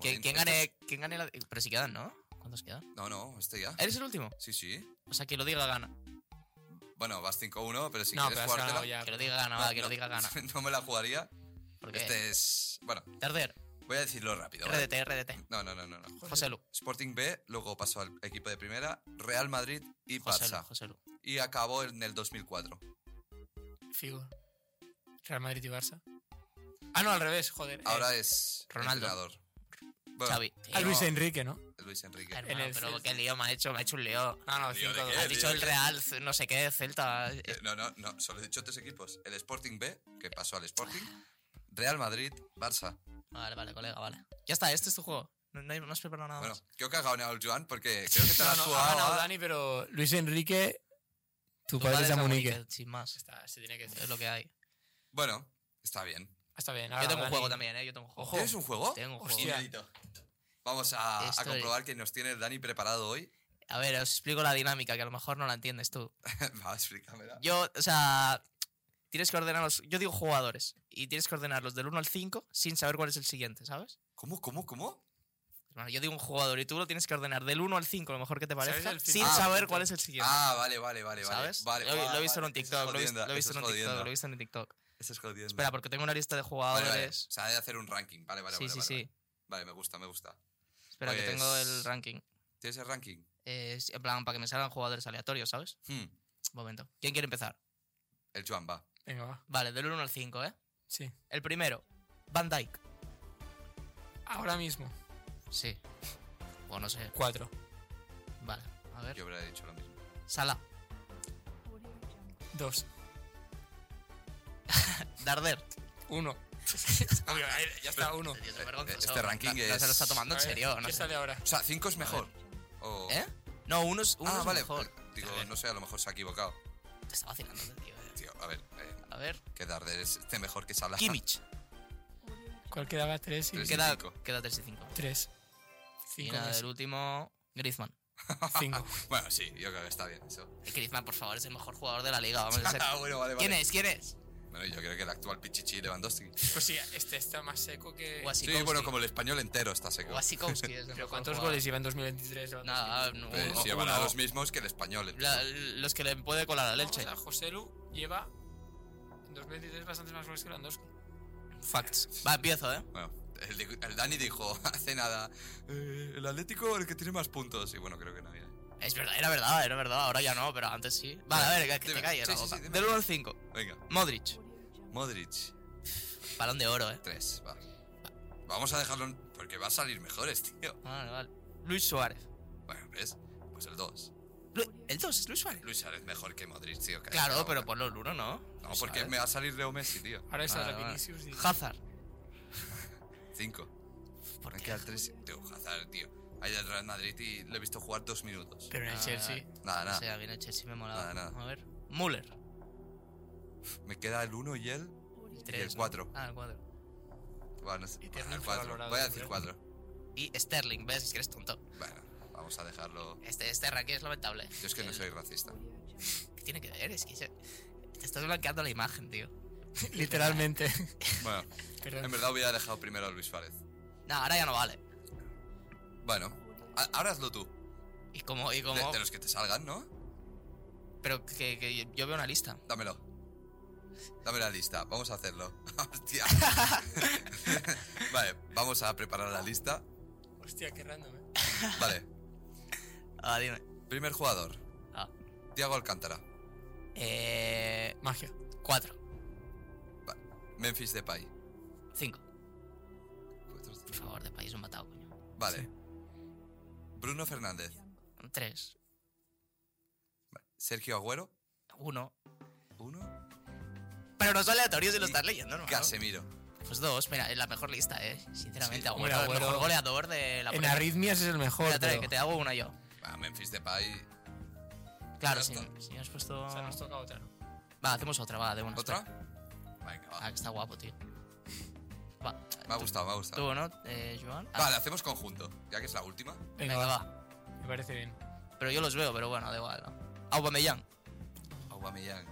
C: ¿Quién,
D: Comodín,
C: quién
D: esto
C: gane, ¿Quién gane la.? Pero si quedan, ¿no? ¿Cuántos quedan?
D: es- No, no, este ya.
C: ¿Eres el último?
D: Sí, sí.
C: O sea, que lo diga gana.
D: Bueno, vas 5-1, pero si
B: no, pero
D: quieres
B: has
D: jugártela.
B: ganado ya.
C: Que lo diga gana, va, que lo diga gana.
D: no me la jugaría.
C: Porque.
D: Este es. Bueno,
C: Tarder.
D: voy a decirlo rápido. ¿vale?
C: RDT, RDT.
D: No, no, no, no, no.
C: José Lu.
D: Sporting B, luego pasó al equipo de primera, Real Madrid y
C: José Lu,
D: Barça.
C: José Eh, Lu.
D: Y acabó en el 2004.
B: Figo. Real Madrid y Barça. Ah, no, al revés, joder. eh.
D: Ahora es
C: Ronaldo.
D: entrenador. Bueno,
C: Xavi.
B: a Ah, Luis
D: no,
B: Enrique, ¿no?
D: Luis Enrique.
C: Hermano,
B: En el
C: pero
B: Celta.
C: qué lío me ha hecho, me ha hecho un lío.
B: Ah, No, no,
D: Tío, ¿de
B: 5
D: qué?
C: Has
D: lío,
C: dicho el
D: qué
C: Real, c- no sé qué, Celta. eh,
D: Eh, no, no, no, solo he dicho tres equipos. El Sporting B, que pasó al Sporting,
C: Ah.
D: Real Madrid, Barça.
C: Vale, vale, colega, vale. Ya está, este es tu juego. No, no, hay- no has preparado nada
D: Bueno,
C: más.
D: creo que ha ganado el Joan porque creo que te la
B: No,
D: has
B: no, ha
D: jugado.
B: ganado
D: a-
B: Dani, pero Luis Enrique, tu, padre, es
C: de
B: Amunique.
C: Sin más.
B: Está, se tiene que
C: Es lo que hay.
D: Bueno, está bien.
B: Está bien.
C: Yo
B: ahora
C: tengo un
B: Dani-
C: juego también, ¿eh? Yo tengo un juego.
B: Ojo.
D: Ah, ¿Tienes un juego?
C: Tengo un juego.
B: Hostia.
D: Inédito. Vamos a, a
C: Estoy-
D: comprobar que nos tiene el Dani preparado hoy.
C: A ver, os explico la dinámica, que a lo mejor no la entiendes tú.
D: Va, explícamela.
C: Yo, o sea, tienes que ordenarlos. Yo digo jugadores. Y tienes que ordenarlos del 1 al 5 sin saber cuál es el siguiente, ¿sabes?
D: ¿Cómo, cómo, cómo?
C: Bueno, yo digo un jugador y tú lo tienes que ordenar del 1 al 5, lo mejor que te
B: ¿Sabes
C: parezca,
B: el fin-
C: sin
D: Ah,
C: saber
B: perfecto.
C: cuál es el siguiente.
D: Ah, vale, vale, vale. vale.
C: ¿Sabes?
D: Vale,
C: lo, he-
D: ah,
C: lo he visto en
D: vale,
C: un TikTok,
D: eso es
C: lo he visto,
D: jodienda,
C: lo he visto
D: eso
C: en
D: es
C: un TikTok,
D: jodienda.
C: lo he visto en un TikTok.
D: Eso es jodiendo.
C: Espera, porque tengo una lista de
D: vale,
C: jugadores.
D: vale. O sea, ha de hacer un ranking. Vale, vale,
C: sí,
D: vale.
C: sí,
D: vale.
C: sí.
D: Vale, me gusta, me gusta.
C: Espera, que tengo el
D: Pues-
C: ranking.
D: ¿Tienes el ranking?
C: Eh, sí, en plan, para que me salgan jugadores aleatorios, ¿sabes?
D: Hmm,
C: Un momento. ¿Quién quiere empezar?
D: El Joan va.
B: Venga, va.
C: Vale, del 1 al 5, ¿eh?
B: Sí.
C: El primero, Van Dyke.
B: Ahora mismo,
C: Sí. O no sé.
B: 4.
C: Vale, a ver.
D: Yo hubiera dicho lo mismo.
C: Sala.
B: 2.
C: Darder.
B: 1. Ya está, 1.
C: Tío, es vergonzoso.
D: este ranking
C: no, no se lo está
D: es-
C: tomando en serio, no
B: ¿Qué
C: sé.
B: sale ahora?
D: O sea, cinco es mejor. O-
C: ¿Eh? No, uno es, uno
D: ah,
C: es
D: vale.
C: mejor.
D: Digo,
C: A ver.
D: no sé, a lo mejor se ha equivocado.
C: Te está vacilando, este tío. eh.
D: Tío, a ver, eh,
C: A ver.
D: que Darder es- esté mejor que Salah.
C: Kimmich.
B: ¿Cuál quedaba? 3 y
D: Tres.
C: Queda,
D: cinco.
C: queda 3 y 5.
B: 3.
C: Y
B: 5
C: nada, el último, Griezmann.
B: 5.
D: Bueno, sí, yo creo que está bien eso.
C: Eh, Griezmann, por favor, es el mejor jugador de la liga. Vamos a ser.
D: Ah, bueno, vale, vale.
C: ¿Quién es? ¿Quién es?
D: Bueno, yo creo que el actual Pichichi Lewandowski.
B: Pues sí, este está más seco que.
D: Sí, bueno, como el español entero está seco.
C: Wasikowski es el
B: Pero
C: mejor
B: ¿cuántos
C: jugador.
B: goles lleva en 2023?
C: eh. Nada, no,
D: Pues
C: uno,
D: sí, llevará
C: uno.
D: los mismos que el español entero.
C: La- los que le puede colar la leche.
B: José Lu lleva en 2023 bastantes más goles que Lewandowski.
C: Facts. Va, empiezo, ¿eh?
D: Bueno, el, di- el Dani dijo hace nada: "Eh, el Atlético el que tiene más puntos. Y bueno, creo que nadie.
C: Es verdad, era verdad, era verdad. Ahora ya no, pero antes sí. Vale, a ver, que- que
D: Dime.
C: te calles
D: Sí,
C: la
D: sí,
C: boca.
D: sí, dime.
C: Del 1 al 5.
D: Venga,
C: Modric.
D: Modric,
C: Balón de oro, ¿eh?
D: 3. Va. Vamos a dejarlo en- porque va a salir mejores, tío.
C: Vale, vale. Luis Suárez.
D: Bueno, ¿ves? Pues el 2.
C: Lu- el 2 es Luis Suárez.
D: Luis Suárez mejor que Modric, tío. cállate la
C: Claro,
D: boca.
C: pero ponlo el 1, ¿no?
D: No,
C: Luis
D: porque
C: Suárez.
D: me va a salir Leo Messi, tío.
B: Ahora es
C: Vale,
B: la
C: vale.
B: Vinicius y.
C: Hazard.
D: 5.
C: ¿Por
D: Me
C: qué?
D: queda 3. Tío, Hazard, tío. Hay del Real Madrid y le he visto jugar dos minutos.
B: Pero en el
C: Ah,
B: Chelsea.
D: Nada,
C: O
D: nada.
C: sea, bien el Chelsea me molaba.
D: Nada, nada.
C: A ver. Müller.
D: Me queda el 1 y el.
C: Tres,
D: el
C: ¿no?
D: cuatro.
C: Ah, el 4.
D: Bueno, no sé.
B: Y
D: Bueno, el
B: tiene
D: 4.
B: valorado,
D: Voy a decir
B: tío.
D: 4.
C: Y Sterling, ¿ves? Es que eres tonto.
D: Bueno, vamos a dejarlo.
C: Este, este ranking es lamentable.
D: Yo es que no
C: El-
D: soy racista.
C: ¿Qué tiene que ver? Es que se- te estás blanqueando la imagen, tío.
B: Literalmente.
D: Bueno, en verdad hubiera dejado primero a Luis Suárez.
C: No, ahora ya no vale.
D: Bueno, a- ahora hazlo tú.
C: Y como, y como.
D: De, de los que te salgan, ¿no?
C: Pero que, que yo veo una lista.
D: Dámelo. Dame la lista, vamos a hacerlo. Hostia. vale, vamos a preparar la lista.
B: Hostia, qué random, ¿eh?
D: Vale,
C: Ah, dime.
D: primer jugador,
C: Ah.
D: Diego Alcántara,
C: Eh.
B: Magia.
C: 4,
D: Memphis Depay.
C: 5. Por favor, de país un matado, coño.
D: Vale. Bruno Fernández,
C: 3,
D: Sergio Agüero,
C: 1.
D: uno.
C: Pero no son aleatorios si lo
D: Y
C: estás leyendo, ¿no?
D: Casemiro.
C: Pues dos, mira, es la mejor lista, eh. Sinceramente,
D: Sí,
C: Agüero,
B: hombre,
C: el
B: Agüero-
C: mejor goleador de la
B: En
C: Premier.
B: arritmias es el mejor.
C: Mira, trae,
B: pero-
C: que te hago una yo.
D: Ah, Memphis Depay.
C: Claro,
D: Ya
C: si,
D: está.
C: si has puesto.
B: O sea, nos toca otra. ¿no?
C: Va, hacemos otra, va, de una.
D: ¿Otra?
C: espera.
D: Venga,
C: Ah,
D: va.
C: que está guapo, tío. Va.
D: Me ha gustado, me ha
C: Tú,
D: gustado.
C: ¿no, eh, Joan? Ah,
D: Vale, hacemos conjunto, ya que es la última.
B: Venga,
C: venga,
B: va.
C: va.
B: Me parece bien.
C: Pero yo los veo, pero bueno, da igual, ¿no? Aubameyang. Oh,
D: Aubameyang.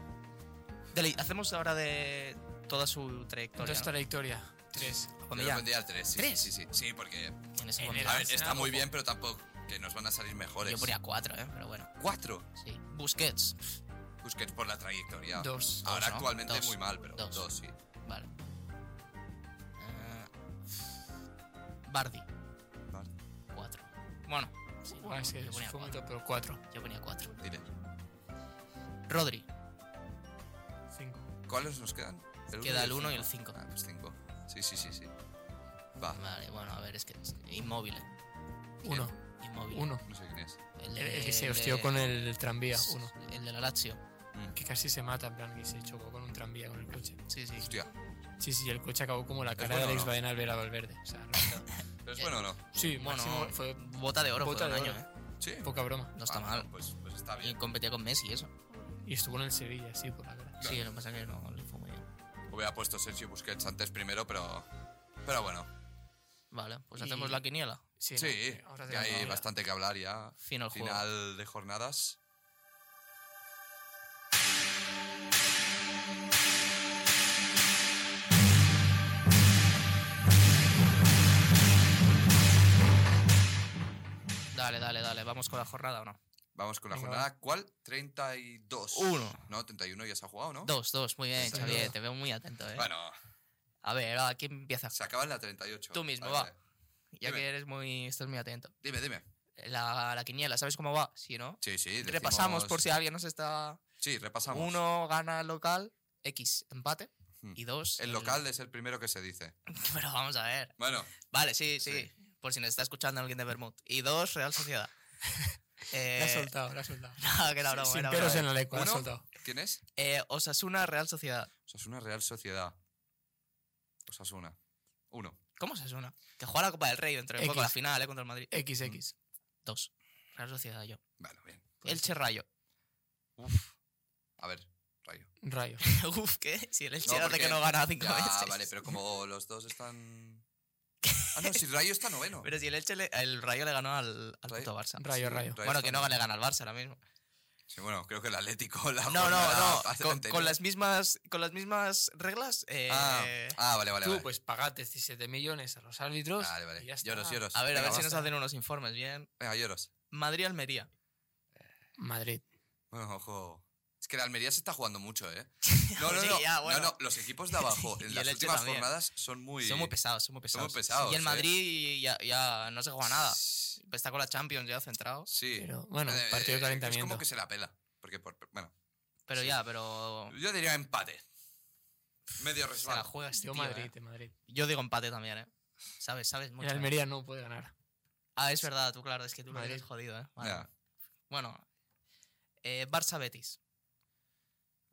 C: Dele- hacemos ahora de toda su trayectoria.
B: Entonces,
C: ¿no?
B: trayectoria. Tres.
D: Yo le
C: Aubameyang.
D: pondría el 3. Sí,
C: ¿Tres?
D: Sí, sí, sí, porque
C: En ese
B: En
C: momento.
B: el
D: A ver, está
B: Arsenal,
D: muy
B: ojo.
D: bien, pero tampoco que nos van a salir mejores.
C: Yo ponía cuatro, ¿eh? Pero bueno,
D: cuatro.
C: sí. Busquets. pff,
D: Busquets Pues por la trayectoria.
B: Dos.
D: Ahora
C: Dos, ¿no?
D: actualmente
C: Dos.
D: muy mal, pero dos,
C: Dos.
D: sí.
C: Vale. Eh, pff, Bardi.
D: Bardi.
C: Cuatro. Bueno, sí,
B: Bueno, es que
C: yo ponía
B: fue muy
C: cuatro.
B: top, pero cuatro.
C: Yo ponía cuatro.
D: Dile.
C: Rodri.
B: Cinco.
D: ¿Cuáles nos quedan? uno
C: Queda
D: y
C: el uno y el
D: cinco?
C: cinco.
D: Ah, pues cinco. Sí, sí, sí, sí. Va.
C: Vale, bueno, a ver, es que. es Inmóvil. eh.
B: Uno.
C: Inmóvil.
B: Uno.
D: No sé quién es.
C: El
B: El,
C: de-
B: el que se
C: el
B: hostió
C: de-
B: con el tranvía. Uno.
C: El de la Lazio.
D: Mm.
B: Que casi se mata, en plan, que se chocó con un tranvía con el coche.
C: Sí, sí.
D: Hostia.
B: Sí, sí, el coche acabó como la cara
D: bueno,
B: de Alex
D: ¿no?
B: Baena al ver a Valverde. O sea, no está-
D: ¿Pero es bueno o no?
B: Sí,
C: Bueno,
B: máximo fue
C: bota de oro
B: Bota
C: fue
B: de
C: un año,
B: oro.
C: ¿eh?
D: Sí.
B: poca broma.
C: No está
D: Ah,
C: mal.
D: Pues, pues está
C: Y
D: bien.
C: competía con Messi y eso.
B: Y estuvo en el Sevilla, sí, por la cara.
C: Sí, lo que pasa es que no le fue muy bien.
D: Hubiera puesto Sergio Busquets antes primero, pero. Pero bueno.
C: Vale, pues
B: Y-
C: hacemos la quiniela.
B: Sí,
D: Sí.
B: no, ahora
D: que
B: tenemos
D: hay
B: la-
D: bastante que hablar ya.
C: Final juego.
D: Final de jornadas.
C: Dale, dale, dale. ¿Vamos con la jornada o no?
D: Vamos con la
B: Venga,
D: jornada. ¿Cuál? 32.
C: Uno.
D: No, 31 ya se ha jugado, ¿no?
C: Dos, dos. Muy bien,
D: Está
C: Xavier.
D: bien.
C: Te veo muy atento, ¿eh?
D: Oh. Bueno,
C: A ver, va, ¿quién empieza?
D: se acaba en la 38.
C: Tú mismo,
D: Vale,
C: va.
D: vale.
C: Ya
D: dime.
C: que eres muy... Estás muy atento.
D: Dime, dime.
C: La, la quiniela, ¿sabes cómo va? Sí, ¿no?
D: Sí, sí. decimos-
C: Repasamos por si alguien nos está...
D: Sí, repasamos.
C: Uno gana el local, X, empate.
D: Hmm.
C: Y dos...
D: El local es el primero que se dice.
C: Pero vamos a ver.
D: Bueno,
C: Vale, sí, sí.
D: Sí.
C: Por si nos está escuchando alguien de Bermud. Y dos, Real Sociedad. eh,
B: La ha soltado, la ha soltado.
C: no, que era broma,
B: Sin
C: era
B: pelos
C: broma.
B: en la lengua, la ha
D: Uno.
B: soltado.
D: ¿quién es?
C: Eh, Osasuna, Real Sociedad.
D: Osasuna Real Sociedad. Osasuna. Uno.
C: ¿Cómo Osasuna? Que juega la Copa del Rey dentro de
B: X.
C: poco, la final, eh, contra el Madrid.
D: Mm.
B: XX.
C: Dos. Real Sociedad, yo.
D: Bueno, bien.
C: Elche Rayo.
D: Uf. A ver, rayo.
B: Rayo.
C: Uf, ¿qué? Si el Elche
D: No,
C: hace
D: porque-
C: que no gana cinco
D: Ya,
C: veces.
D: vale, pero como los dos están. Ah, no, si Rayo está noveno.
C: Pero si el Elche, le- el Rayo le ganó al, al
D: Rayo-
C: puto Barça.
B: Rayo, rayo.
D: Sí, Rayo
C: bueno,
D: está
C: que no
D: noveno.
C: le gana al Barça ahora mismo.
D: Sí, bueno, creo que el Atlético Ah, la
C: No, no,
D: jornada
C: no.
D: hace
C: Con,
D: 39.
C: con las mismas, con las mismas reglas. eh,
D: Ah, ah, vale, vale.
B: Tú,
D: vale.
B: pues pagad 17 millones a los árbitros.
D: vale, vale.
B: y ya está.
D: Lloros, lloros.
C: a ver, a
D: Venga,
C: ver si nos
D: basta.
C: hacen unos informes bien.
D: Venga, lloros.
C: Madrid-Almería.
B: Madrid.
D: Bueno, ojo. Es que la Almería se está jugando mucho, ¿eh? No, no,
C: Sí,
D: no.
C: ya, bueno.
D: no, no, Los equipos de abajo
C: Y
D: en
C: el
D: las
C: Elche
D: últimas
C: también.
D: jornadas son muy.
C: Son muy pesados, son muy pesados.
D: pesados,
C: Y el
D: eh.
C: Madrid ya, ya no se juega nada. Pues
D: Sí.
C: Está con la Champions ya centrado.
B: Pero bueno,
D: Eh, eh,
B: partido de
D: Es
B: calentamiento.
D: como que se la pela. Porque, por, bueno,
C: Pero
D: Sí.
C: ya, pero.
D: yo diría empate. Medio
C: Se la
D: resbalado.
C: juega este
B: Yo
C: tío, eh.
B: Madrid, en Madrid.
C: Yo digo empate también, ¿eh? Sabes, sabes
B: El
C: mucho. ¿eh?
B: Almería no puede ganar.
C: Ah, es verdad, tú, claro, es que tú lo
B: Madrid.
C: tienes jodido, ¿eh? Vale.
D: Ya.
C: Bueno, eh, Barça-Betis.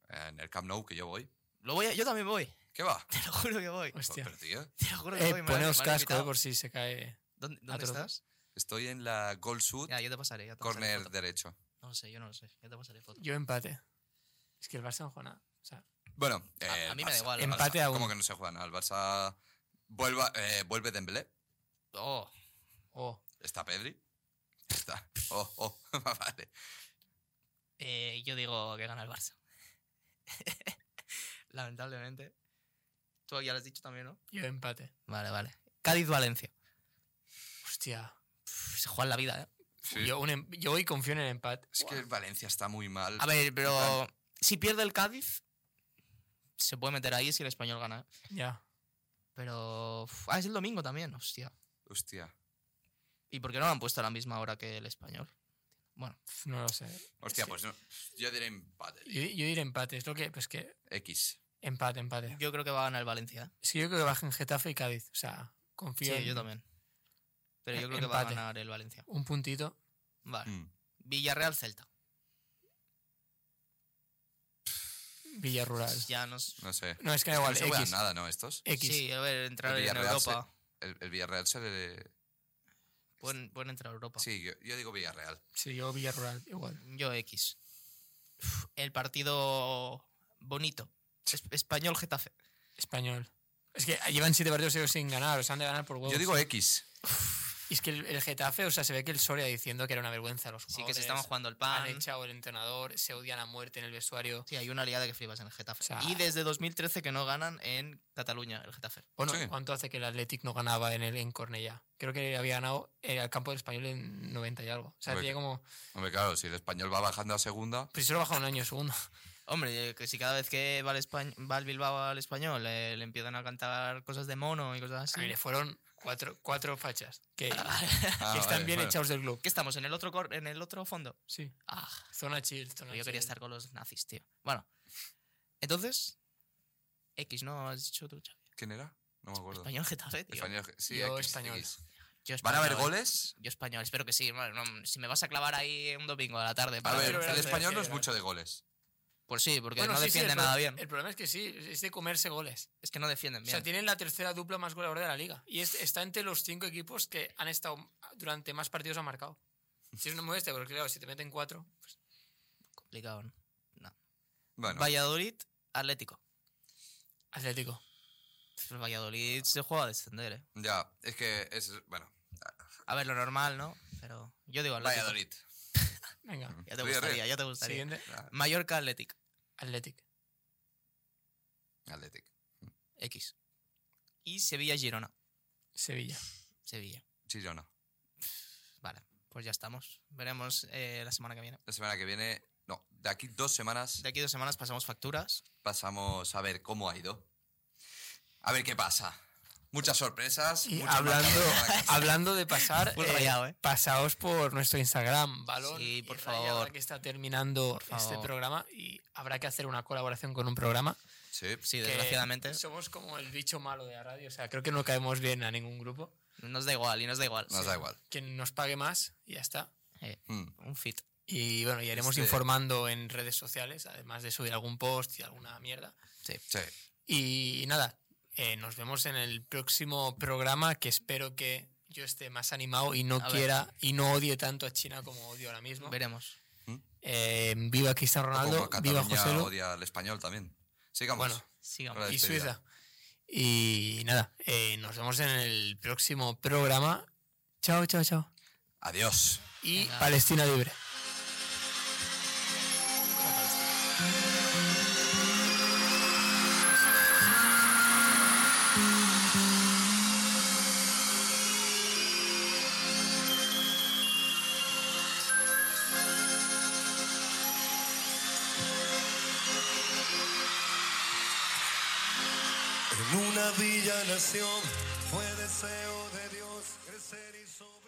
D: En el Camp Nou que yo voy.
C: Lo voy a- yo también voy.
D: ¿Qué va?
C: Te lo juro que voy.
B: Hostia.
D: Pero, tío,
C: Te lo juro que
B: Eh,
C: voy. me lo- me lo
B: poneos
C: han
B: casco eh,
C: invitado.
B: por si se cae.
C: ¿Dónde,
B: a
C: dónde
B: todos.
C: estás?
D: estoy en la Gold Sud,
C: Ya, yo te pasaré. Ya te pasaré
D: corner
C: foto.
D: derecho.
C: No lo sé, yo no lo sé. Ya te pasaré foto.
B: Yo empate. Es que el Barça no juega nada. O sea,
D: Bueno,
C: A-
D: eh,
C: a mí
D: el
C: me da
D: Barça-
C: igual,
D: el
B: ¿no? Empate
D: Barça,
B: a
D: Como
B: uno.
D: que no se juega nada. El Barça vuelva, eh, vuelve Dembélé.
C: Oh,
B: oh,
D: Está Pedri. Está. Oh, oh. vale.
C: eh, yo digo que gana el Barça. Lamentablemente. Tú ya lo has dicho también, ¿no?
B: yo empate.
C: Vale, vale. Cádiz-Valencia.
B: Hostia.
C: Pff, Se juega en la vida, ¿eh?
D: Sí.
B: Yo, un em- yo hoy confío en el empate.
D: Es que el Valencia está muy mal.
C: A ver, pero si pierde el Cádiz, se puede meter ahí si el español gana. ¿eh?
B: Ya.
C: Pero. uf, Ah, es el domingo también, hostia.
D: Hostia.
C: ¿Y por qué no lo han puesto a la misma hora que el español? Bueno,
B: Pf, No lo sé.
D: Hostia,
B: Sí.
D: pues no. Yo diré empate.
B: Yo, yo diré empate. Es lo que. Pues que.
D: X.
B: Empate, empate.
C: yo creo que va a ganar el Valencia. ¿eh?
B: Es que yo creo que bajen Getafe y Cádiz. O sea,
C: Sí,
B: confío en
C: yo también. Pero yo creo que va a
B: Empate.
C: ganar el Valencia.
B: un puntito.
C: Vale.
D: Mm.
C: Villarreal-Celta.
B: Villa Rural.
C: Ya nos.
D: No sé.
B: No, es que da igual.
D: Es que no se juegan
B: X.
D: nada, ¿no? Estos.
B: X.
C: Sí, a ver, entrar
D: El
C: en
D: Villarreal se-
C: Europa.
D: El, el Villarreal se le...
C: Pueden, pueden entrar a Europa.
D: Sí, yo, yo digo Villarreal.
B: Sí, yo Villa Rural igual.
C: Yo X. Uf, El partido bonito. Es- español Getafe.
B: Español. Es que llevan siete partidos seguidos sin ganar. O sea, han de ganar por huevos.
D: Yo digo eh, X.
B: Y es que el, el Getafe, o sea, se ve que el Soria diciendo que era una vergüenza a los
C: Sí
B: jugadores.
C: que se estaban jugando el
B: Han
C: pan.
B: echado el entrenador, se odian a muerte en el vestuario.
C: Sí, hay una liada que flipas en el Getafe.
B: O sea-
C: y desde 2013 que no ganan en Cataluña, el Getafe.
B: Bueno,
D: Sí.
B: ¿cuánto hace que el Athletic no ganaba en el en Cornellá? Creo que había ganado eh, al campo del español en 90 y algo. O sea,
D: Hombre,
B: tenía
D: que-
B: como.
D: Hombre, claro, si el español va bajando a segunda.
B: Pues solo baja un año segundo.
C: Hombre, eh, que si cada vez que va al, Españ- va al Bilbao al español eh, le empiezan a cantar cosas de mono y cosas
B: A mí
C: así.
B: le fueron cuatro, cuatro fachas. Que,
D: Ah,
B: que están
D: vale,
B: bien
D: bueno.
B: echados del club.
C: ¿Qué estamos? ¿En el otro, cor- en el otro fondo?
B: Sí.
C: Ah,
B: Zona chill, zona
C: pero yo quería
B: chill.
C: estar con los nazis, tío. Bueno, entonces. X, ¿no? Has dicho tú, Xavi.
D: ¿Quién era? No me acuerdo.
C: Español Getafe, tío.
D: Español, sí,
B: Yo
D: X,
B: español.
D: X.
C: Yo
D: ¿Van a haber
C: español.
D: goles?
C: Yo español, espero que sí. Bueno, no, si me vas a clavar ahí un domingo a la tarde.
D: A
C: para
D: ver,
B: pero
D: el
B: era-
D: español no es
B: era-
D: mucho de goles.
C: Pues sí, porque
B: Bueno,
C: no
B: sí, sí,
C: defiende
B: el pro-
C: nada bien.
B: El problema es que sí, es de comerse goles.
C: Es que no defienden bien.
B: O sea, tienen la tercera dupla más goleadora de la liga. Y es- está entre los cinco equipos que han estado durante más partidos han marcado. Si es una modestia, porque claro, si te meten cuatro.
C: Complicado, ¿no?
D: Bueno,
C: Valladolid, Atlético.
B: Atlético.
C: El Valladolid se juega a descender, ¿eh?
D: ya, es que es. Bueno,
C: A ver, lo normal, ¿no? Pero yo digo Atlético.
D: Valladolid.
B: Venga.
C: Ya te
D: Villarreal.
C: gustaría, ya te gustaría.
B: Siguiente.
D: Ah,
C: Mallorca, Atlético.
B: Atlético.
D: Athletic.
C: X. Y Sevilla, Girona.
B: Sevilla.
C: Sevilla.
D: Girona.
C: Vale, pues ya estamos. Veremos eh, la semana que viene.
D: La semana que viene. No, de aquí dos semanas
C: De aquí a dos semanas pasamos facturas.
D: pasamos a ver cómo ha ido. A ver qué pasa. Muchas sorpresas.
B: Y
D: muchas
B: hablando,
D: malas-
B: hablando de pasar,
C: Full
B: eh,
C: rayado, ¿eh?
B: pasaos por nuestro Instagram, Balón.
C: Sí,
B: y
C: por
B: Raya, ahora
C: favor.
B: que está terminando
C: Por
B: este
C: favor.
B: programa y habrá que hacer una colaboración con un programa.
D: Sí,
C: Sí,
B: que
C: desgraciadamente.
B: Somos como el bicho malo de la radio. O sea, creo que no caemos bien a ningún grupo.
C: Nos da igual y nos da igual.
D: nos
C: Sí.
D: da igual.
B: Quien nos pague más, y ya está.
D: Mm.
C: Un fit.
B: Y bueno, ya iremos
D: Este-
B: informando en redes sociales, además de subir algún post y alguna mierda.
D: Sí.
B: Y nada, eh, nos vemos en el próximo programa que espero que yo esté más animado y no
C: A ver.
B: quiera y no odie tanto a China como odio ahora mismo.
C: Veremos.
B: Eh, viva Cristiano
D: Como
B: Ronaldo,
D: Cataluña
B: viva José Lu
D: odia al español también. Sigamos.
B: Bueno.
C: Sigamos.
D: Ahora
B: y
D: despedida.
B: Suiza. Y nada, eh, nos vemos en el próximo programa. Chao, chao, chao.
D: Adiós.
B: Y
C: Venga.
B: Palestina libre.
E: Palestina libre.
A: En una villa nación fue deseo de Dios crecer y sobrevivir.